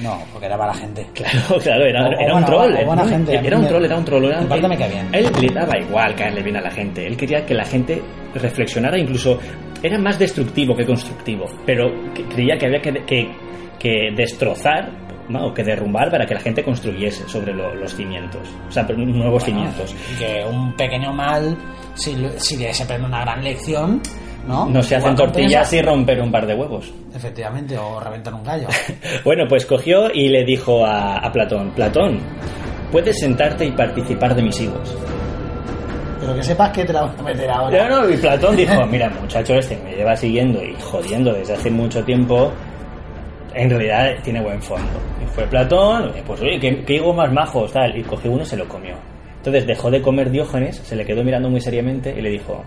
Speaker 1: No, porque era para la gente.
Speaker 2: Claro, claro, era,
Speaker 1: O- o
Speaker 2: era un
Speaker 1: buena-
Speaker 2: troll.
Speaker 1: o
Speaker 2: ¿eh?
Speaker 1: buena gente, a mí
Speaker 2: era un
Speaker 1: me-
Speaker 2: troll, era un troll. Era
Speaker 1: en
Speaker 2: un
Speaker 1: parte
Speaker 2: troll.
Speaker 1: me cae bien.
Speaker 2: Él le daba igual caerle bien a la gente. Él quería que la gente reflexionara, incluso era más destructivo que constructivo. Pero que- creía que había que, que- que destrozar ¿no? o que derrumbar para que la gente construyese sobre lo- los cimientos. O sea, pero nuevos cimientos.
Speaker 1: Y que un pequeño mal, si, si de- se prende una gran lección, ¿no?
Speaker 2: No se hacen
Speaker 1: Igual compensa.
Speaker 2: tortillas y romper un par de huevos.
Speaker 1: Efectivamente, o reventar un gallo.
Speaker 2: Bueno, pues cogió y le dijo a, a Platón, Platón, puedes sentarte y participar de mis higos.
Speaker 1: Pero que sepas que te la voy a meter ahora.
Speaker 2: No, no, y Platón dijo, mira, muchacho este que me lleva siguiendo y jodiendo desde hace mucho tiempo, en realidad tiene buen fondo. Y fue Platón, eh, pues oye, ¿qué, qué higo más majos, tal, y cogió uno y se lo comió. Entonces dejó de comer Diógenes, se le quedó mirando muy seriamente y le dijo,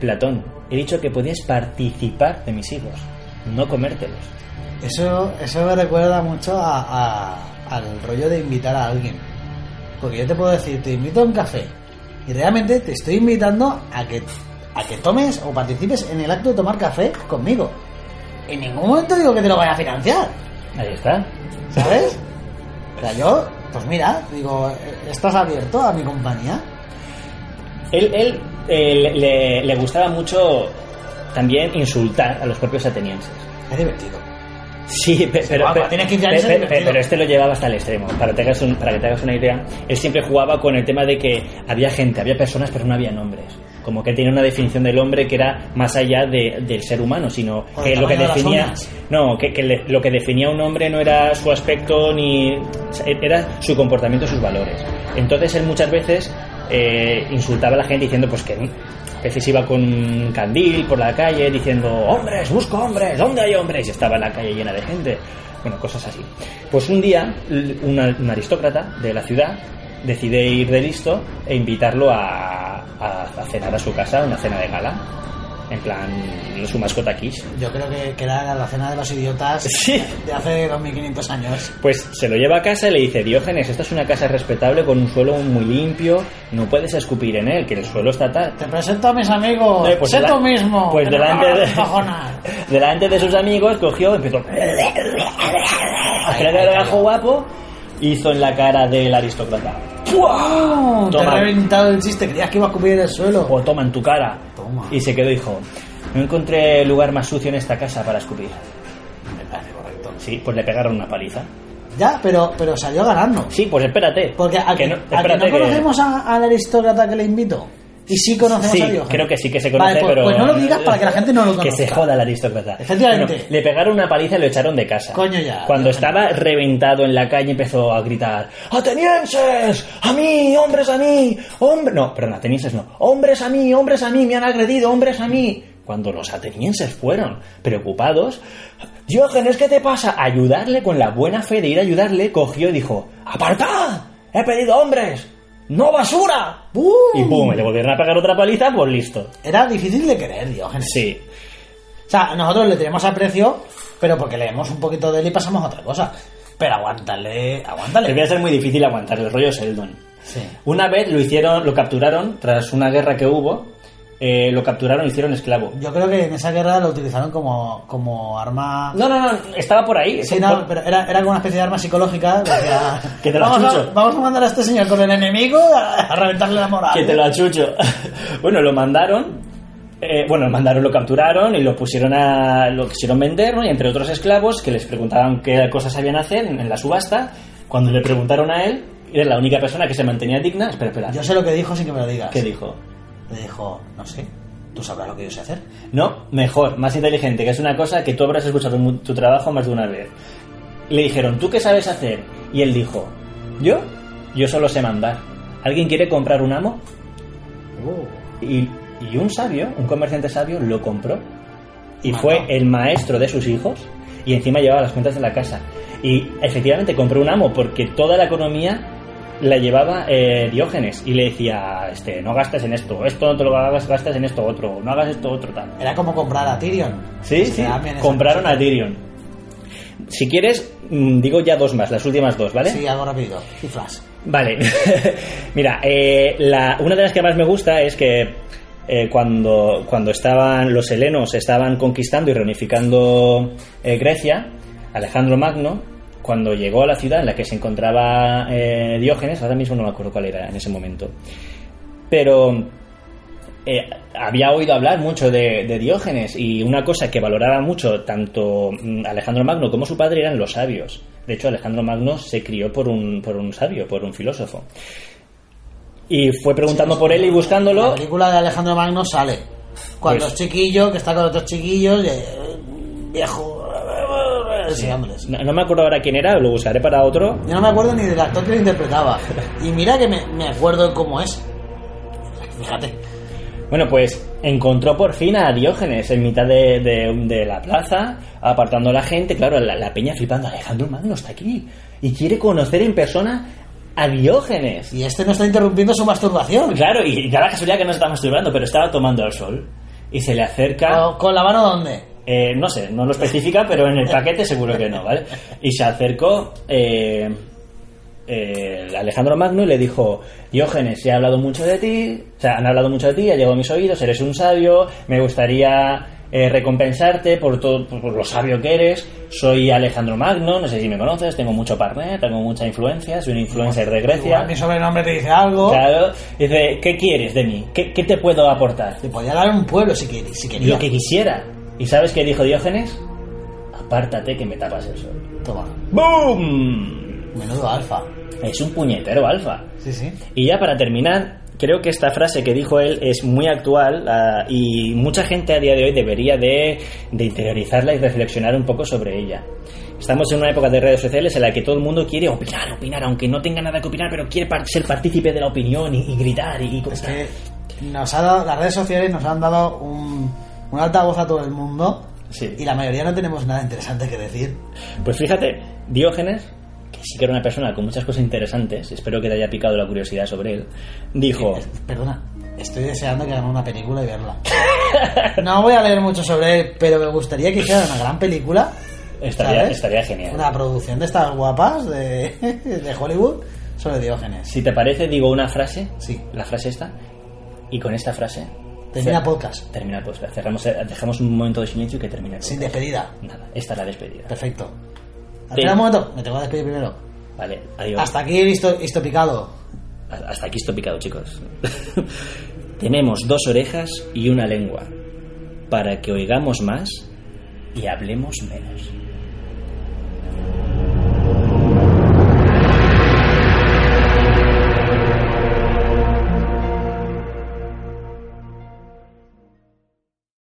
Speaker 2: Platón, he dicho que podías participar de mis hijos, no comértelos.
Speaker 1: Eso, eso me recuerda mucho a, a- al rollo de invitar a alguien. Porque yo te puedo decir, te invito a un café. Y realmente te estoy invitando a que, a que tomes o participes en el acto de tomar café conmigo. En ningún momento digo que te lo vaya a financiar.
Speaker 2: Ahí está.
Speaker 1: ¿Sabes? O sea, yo, pues mira, digo, ¿estás abierto a mi compañía?
Speaker 2: Él, él, eh, le- le, le gustaba mucho también insultar a los propios atenienses.
Speaker 1: Es divertido.
Speaker 2: Sí, pe- pero,
Speaker 1: guapa,
Speaker 2: pero-
Speaker 1: tienes 15
Speaker 2: pe-
Speaker 1: años,
Speaker 2: pe-
Speaker 1: es divertido.
Speaker 2: pero este lo llevaba hasta el extremo. Para, que te hagas un- para que te hagas una idea, él siempre jugaba con el tema de que había gente, había personas, pero no había nombres. Como que tenía una definición del hombre que era más allá de- del ser humano, sino
Speaker 1: Por
Speaker 2: que
Speaker 1: el
Speaker 2: lo que
Speaker 1: tamaño de las
Speaker 2: definía,
Speaker 1: uñas.
Speaker 2: no, que, que le- lo que definía un hombre no era su aspecto ni o sea, era su comportamiento, sus valores. Entonces él muchas veces eh, insultaba a la gente diciendo pues que a veces iba con un candil por la calle diciendo hombres, busco hombres, ¿dónde hay hombres? Y estaba la calle llena de gente. Bueno, cosas así. Pues un día l- una- un aristócrata de la ciudad decide ir de listo e invitarlo a, a- a cenar a su casa, una cena de gala. En plan, su mascota Kish.
Speaker 1: Yo creo que, que era la cena de los idiotas
Speaker 2: Sí.
Speaker 1: de hace 2500 años.
Speaker 2: Pues se lo lleva a casa y le dice, Diógenes, esta es una casa respetable con un suelo muy limpio, no puedes escupir en él, que el suelo está tal.
Speaker 1: Te presento a mis amigos.
Speaker 2: Eh, pues
Speaker 1: sé
Speaker 2: dela-
Speaker 1: tú mismo.
Speaker 2: pues
Speaker 1: que no me
Speaker 2: delante
Speaker 1: vas a
Speaker 2: de-
Speaker 1: descojonar.
Speaker 2: Delante de sus amigos cogió, empezó... Hacer el gajo guapo, hizo en la cara del aristócrata.
Speaker 1: ¡Wow! Te
Speaker 2: Toma. Pues-
Speaker 1: he reventado el chiste. Creías que iba a escupir en el suelo.
Speaker 2: O toma en tu cara.
Speaker 1: Toma.
Speaker 2: Y se quedó, hijo. No encontré lugar más sucio en esta casa para escupir.
Speaker 1: Me parece correcto.
Speaker 2: Sí, pues le pegaron una paliza.
Speaker 1: Ya, pero, pero salió ganando.
Speaker 2: Sí, pues espérate.
Speaker 1: Porque a que, a que no,
Speaker 2: espérate que-
Speaker 1: conocemos a- al aristócrata que le invito. Y sí conocemos
Speaker 2: Sí,
Speaker 1: a Dios.
Speaker 2: creo que sí que se conoce,
Speaker 1: Vale, pues,
Speaker 2: pero...
Speaker 1: pues no lo digas para que la gente no lo
Speaker 2: Que
Speaker 1: conozca.
Speaker 2: se joda el aristócrata.
Speaker 1: Efectivamente.
Speaker 2: Bueno, le pegaron una paliza y lo echaron de casa.
Speaker 1: Coño ya. Ya.
Speaker 2: Cuando estaba reventado en la calle empezó a gritar ¡Atenienses! ¡A mí! ¡Hombres a mí! ¡Hombre! No, perdón, atenienses no. ¡Hombres a mí! ¡Hombres a mí! ¡Me han agredido! ¡Hombres a mí! Cuando los atenienses fueron preocupados, Diógenes, ¿qué te pasa? Ayudarle con la buena fe de ir a ayudarle, cogió y dijo ¡Apartad! ¡He pedido hombres! ¡No basura!
Speaker 1: ¡Bum!
Speaker 2: Y pum, le volvieron a pegar otra paliza, pues listo.
Speaker 1: Era difícil de creer, Diógenes.
Speaker 2: Sí.
Speaker 1: O sea, nosotros le tenemos aprecio, pero porque leemos un poquito de él y pasamos a otra cosa. Pero aguántale,
Speaker 2: Les
Speaker 1: aguántale.
Speaker 2: voy a ser muy difícil aguantar el rollo Sheldon.
Speaker 1: Sí.
Speaker 2: Una vez lo hicieron, lo capturaron, tras una guerra que hubo, eh, lo capturaron y hicieron esclavo.
Speaker 1: Yo creo que en esa guerra lo utilizaron como, como arma.
Speaker 2: No, no, no, estaba por ahí.
Speaker 1: Sí, no, pero era, era como una especie de arma psicológica. decía,
Speaker 2: Que te la
Speaker 1: vamos, a,
Speaker 2: chucho".
Speaker 1: vamos a mandar a este señor con el enemigo a, a reventarle la moral.
Speaker 2: Que te lo achucho. bueno, lo mandaron. eh, bueno, lo mandaron, lo capturaron y lo pusieron a. lo quisieron vender, ¿no? Y entre otros esclavos que les preguntaban qué cosas sabían hacer en, en la subasta, cuando le preguntaron a él, era la única persona que se mantenía digna. Espera, espera.
Speaker 1: Yo sé lo que dijo sin que me lo digas.
Speaker 2: ¿Qué dijo?
Speaker 1: Le dijo, no sé, tú sabrás lo que yo sé hacer.
Speaker 2: No, mejor, más inteligente, que es una cosa que tú habrás escuchado en mu- tu trabajo más de una vez. Le dijeron, ¿tú qué sabes hacer? Y él dijo, ¿yo? Yo solo sé mandar. ¿Alguien quiere comprar un amo? Y, y un sabio, un comerciante sabio, lo compró. Y
Speaker 1: Ah,
Speaker 2: fue
Speaker 1: no.
Speaker 2: el maestro de sus hijos y encima llevaba las cuentas de la casa. Y efectivamente compró un amo porque toda la economía la llevaba eh, Diógenes y le decía, este, no gastes en esto, esto no te lo hagas, gastas en esto otro, no hagas esto otro tal.
Speaker 1: Era como comprar a Tyrion.
Speaker 2: Sí,
Speaker 1: Se
Speaker 2: sí.
Speaker 1: cambian esas
Speaker 2: Compraron a
Speaker 1: cosas.
Speaker 2: Tyrion. Si quieres, mm, digo ya dos más, las últimas dos, ¿vale?
Speaker 1: Sí, algo rápido. Y Flash.
Speaker 2: Vale. Mira, eh, la- una de las que más me gusta es que eh, cuando, cuando estaban los helenos estaban conquistando y reunificando eh, Grecia, Alejandro Magno, cuando llegó a la ciudad en la que se encontraba eh, Diógenes, ahora mismo no me acuerdo cuál era en ese momento, pero eh, había oído hablar mucho de, de Diógenes y una cosa que valoraba mucho tanto mm, Alejandro Magno como su padre eran los sabios. De hecho, Alejandro Magno se crió por un, por un sabio, por un filósofo. Y fue preguntando por él y
Speaker 1: La
Speaker 2: buscándolo.
Speaker 1: película de Alejandro Magno sale. Cuando
Speaker 2: Pues-
Speaker 1: es chiquillo, que está con otros chiquillos, y, eh, viejo, enseñándoles.
Speaker 2: No, no me acuerdo ahora quién era, lo buscaré para otro.
Speaker 1: Yo no me acuerdo ni del actor que lo interpretaba. Y mira que me, me acuerdo cómo es. Fíjate.
Speaker 2: Bueno, pues encontró por fin a Diógenes en mitad de, de- de la plaza, apartando a la gente. Claro, la, la peña flipando. Alejandro Magno está aquí y quiere conocer en persona a Diógenes.
Speaker 1: Y este no está interrumpiendo su masturbación.
Speaker 2: Claro, y da la casualidad que no se está masturbando, pero estaba tomando el sol. Y se le acerca.
Speaker 1: ¿Con la mano dónde?
Speaker 2: eh, no sé, no lo especifica, pero en el paquete seguro que no, ¿vale? Y se acercó eh, eh, Alejandro Magno y le dijo: Diógenes, he hablado mucho de ti, o sea, han hablado mucho de ti, ha llegado a mis oídos, eres un sabio, me gustaría. eh, recompensarte por todo por por lo sabio que eres soy Alejandro Magno no sé si me conoces tengo mucho partner tengo mucha influencia soy un influencer de Grecia
Speaker 1: Igual mi sobrenombre te dice algo.
Speaker 2: Claro. Dice, ¿qué quieres de mí? ¿Qué, qué te puedo aportar?
Speaker 1: Te podía dar un pueblo si quería. Si quería.
Speaker 2: Lo que quisiera. ¿Y sabes qué dijo Diógenes? Apártate que me tapas el sol.
Speaker 1: Toma.
Speaker 2: ¡Boom!
Speaker 1: Menudo alfa.
Speaker 2: Es un puñetero alfa.
Speaker 1: Sí, sí.
Speaker 2: Y ya para terminar, creo que esta frase que dijo él es muy actual ah, y mucha gente a día de hoy debería de, de interiorizarla y reflexionar un poco sobre ella. Estamos en una época de redes sociales en la que todo el mundo quiere opinar, opinar, aunque no tenga nada que opinar, pero quiere par- ser partícipe de la opinión y, y gritar y, y
Speaker 1: Es
Speaker 2: cosas.
Speaker 1: que nos ha dado, las redes sociales nos han dado un, un altavoz a todo el mundo.
Speaker 2: Sí.
Speaker 1: Y la mayoría no tenemos nada interesante que decir.
Speaker 2: Pues fíjate, Diógenes, que sí que era una persona con muchas cosas interesantes, espero que te haya picado la curiosidad sobre él, dijo...
Speaker 1: Perdona, estoy deseando que hagan una película y verla. No voy a leer mucho sobre él, pero me gustaría que hicieran una gran película.
Speaker 2: Estaría,
Speaker 1: ¿sabes?
Speaker 2: estaría genial.
Speaker 1: Una producción de estas guapas de, de Hollywood sobre Diógenes.
Speaker 2: Si te parece, digo una frase.
Speaker 1: Sí.
Speaker 2: La frase esta. Y con esta frase...
Speaker 1: Termina
Speaker 2: cer-
Speaker 1: podcast,
Speaker 2: Termina el podcast. Cerramos, eh, dejamos un momento de silencio y que termina el
Speaker 1: sin
Speaker 2: podcast.
Speaker 1: despedida.
Speaker 2: Nada, esta es la despedida.
Speaker 1: Perfecto.
Speaker 2: Sí.
Speaker 1: Espera un momento, me tengo que despedir primero.
Speaker 2: Vale, adiós.
Speaker 1: Hasta aquí el histo, histo picado.
Speaker 2: Hasta aquí estoy picado, chicos. Tenemos dos orejas y una lengua para que oigamos más y hablemos menos.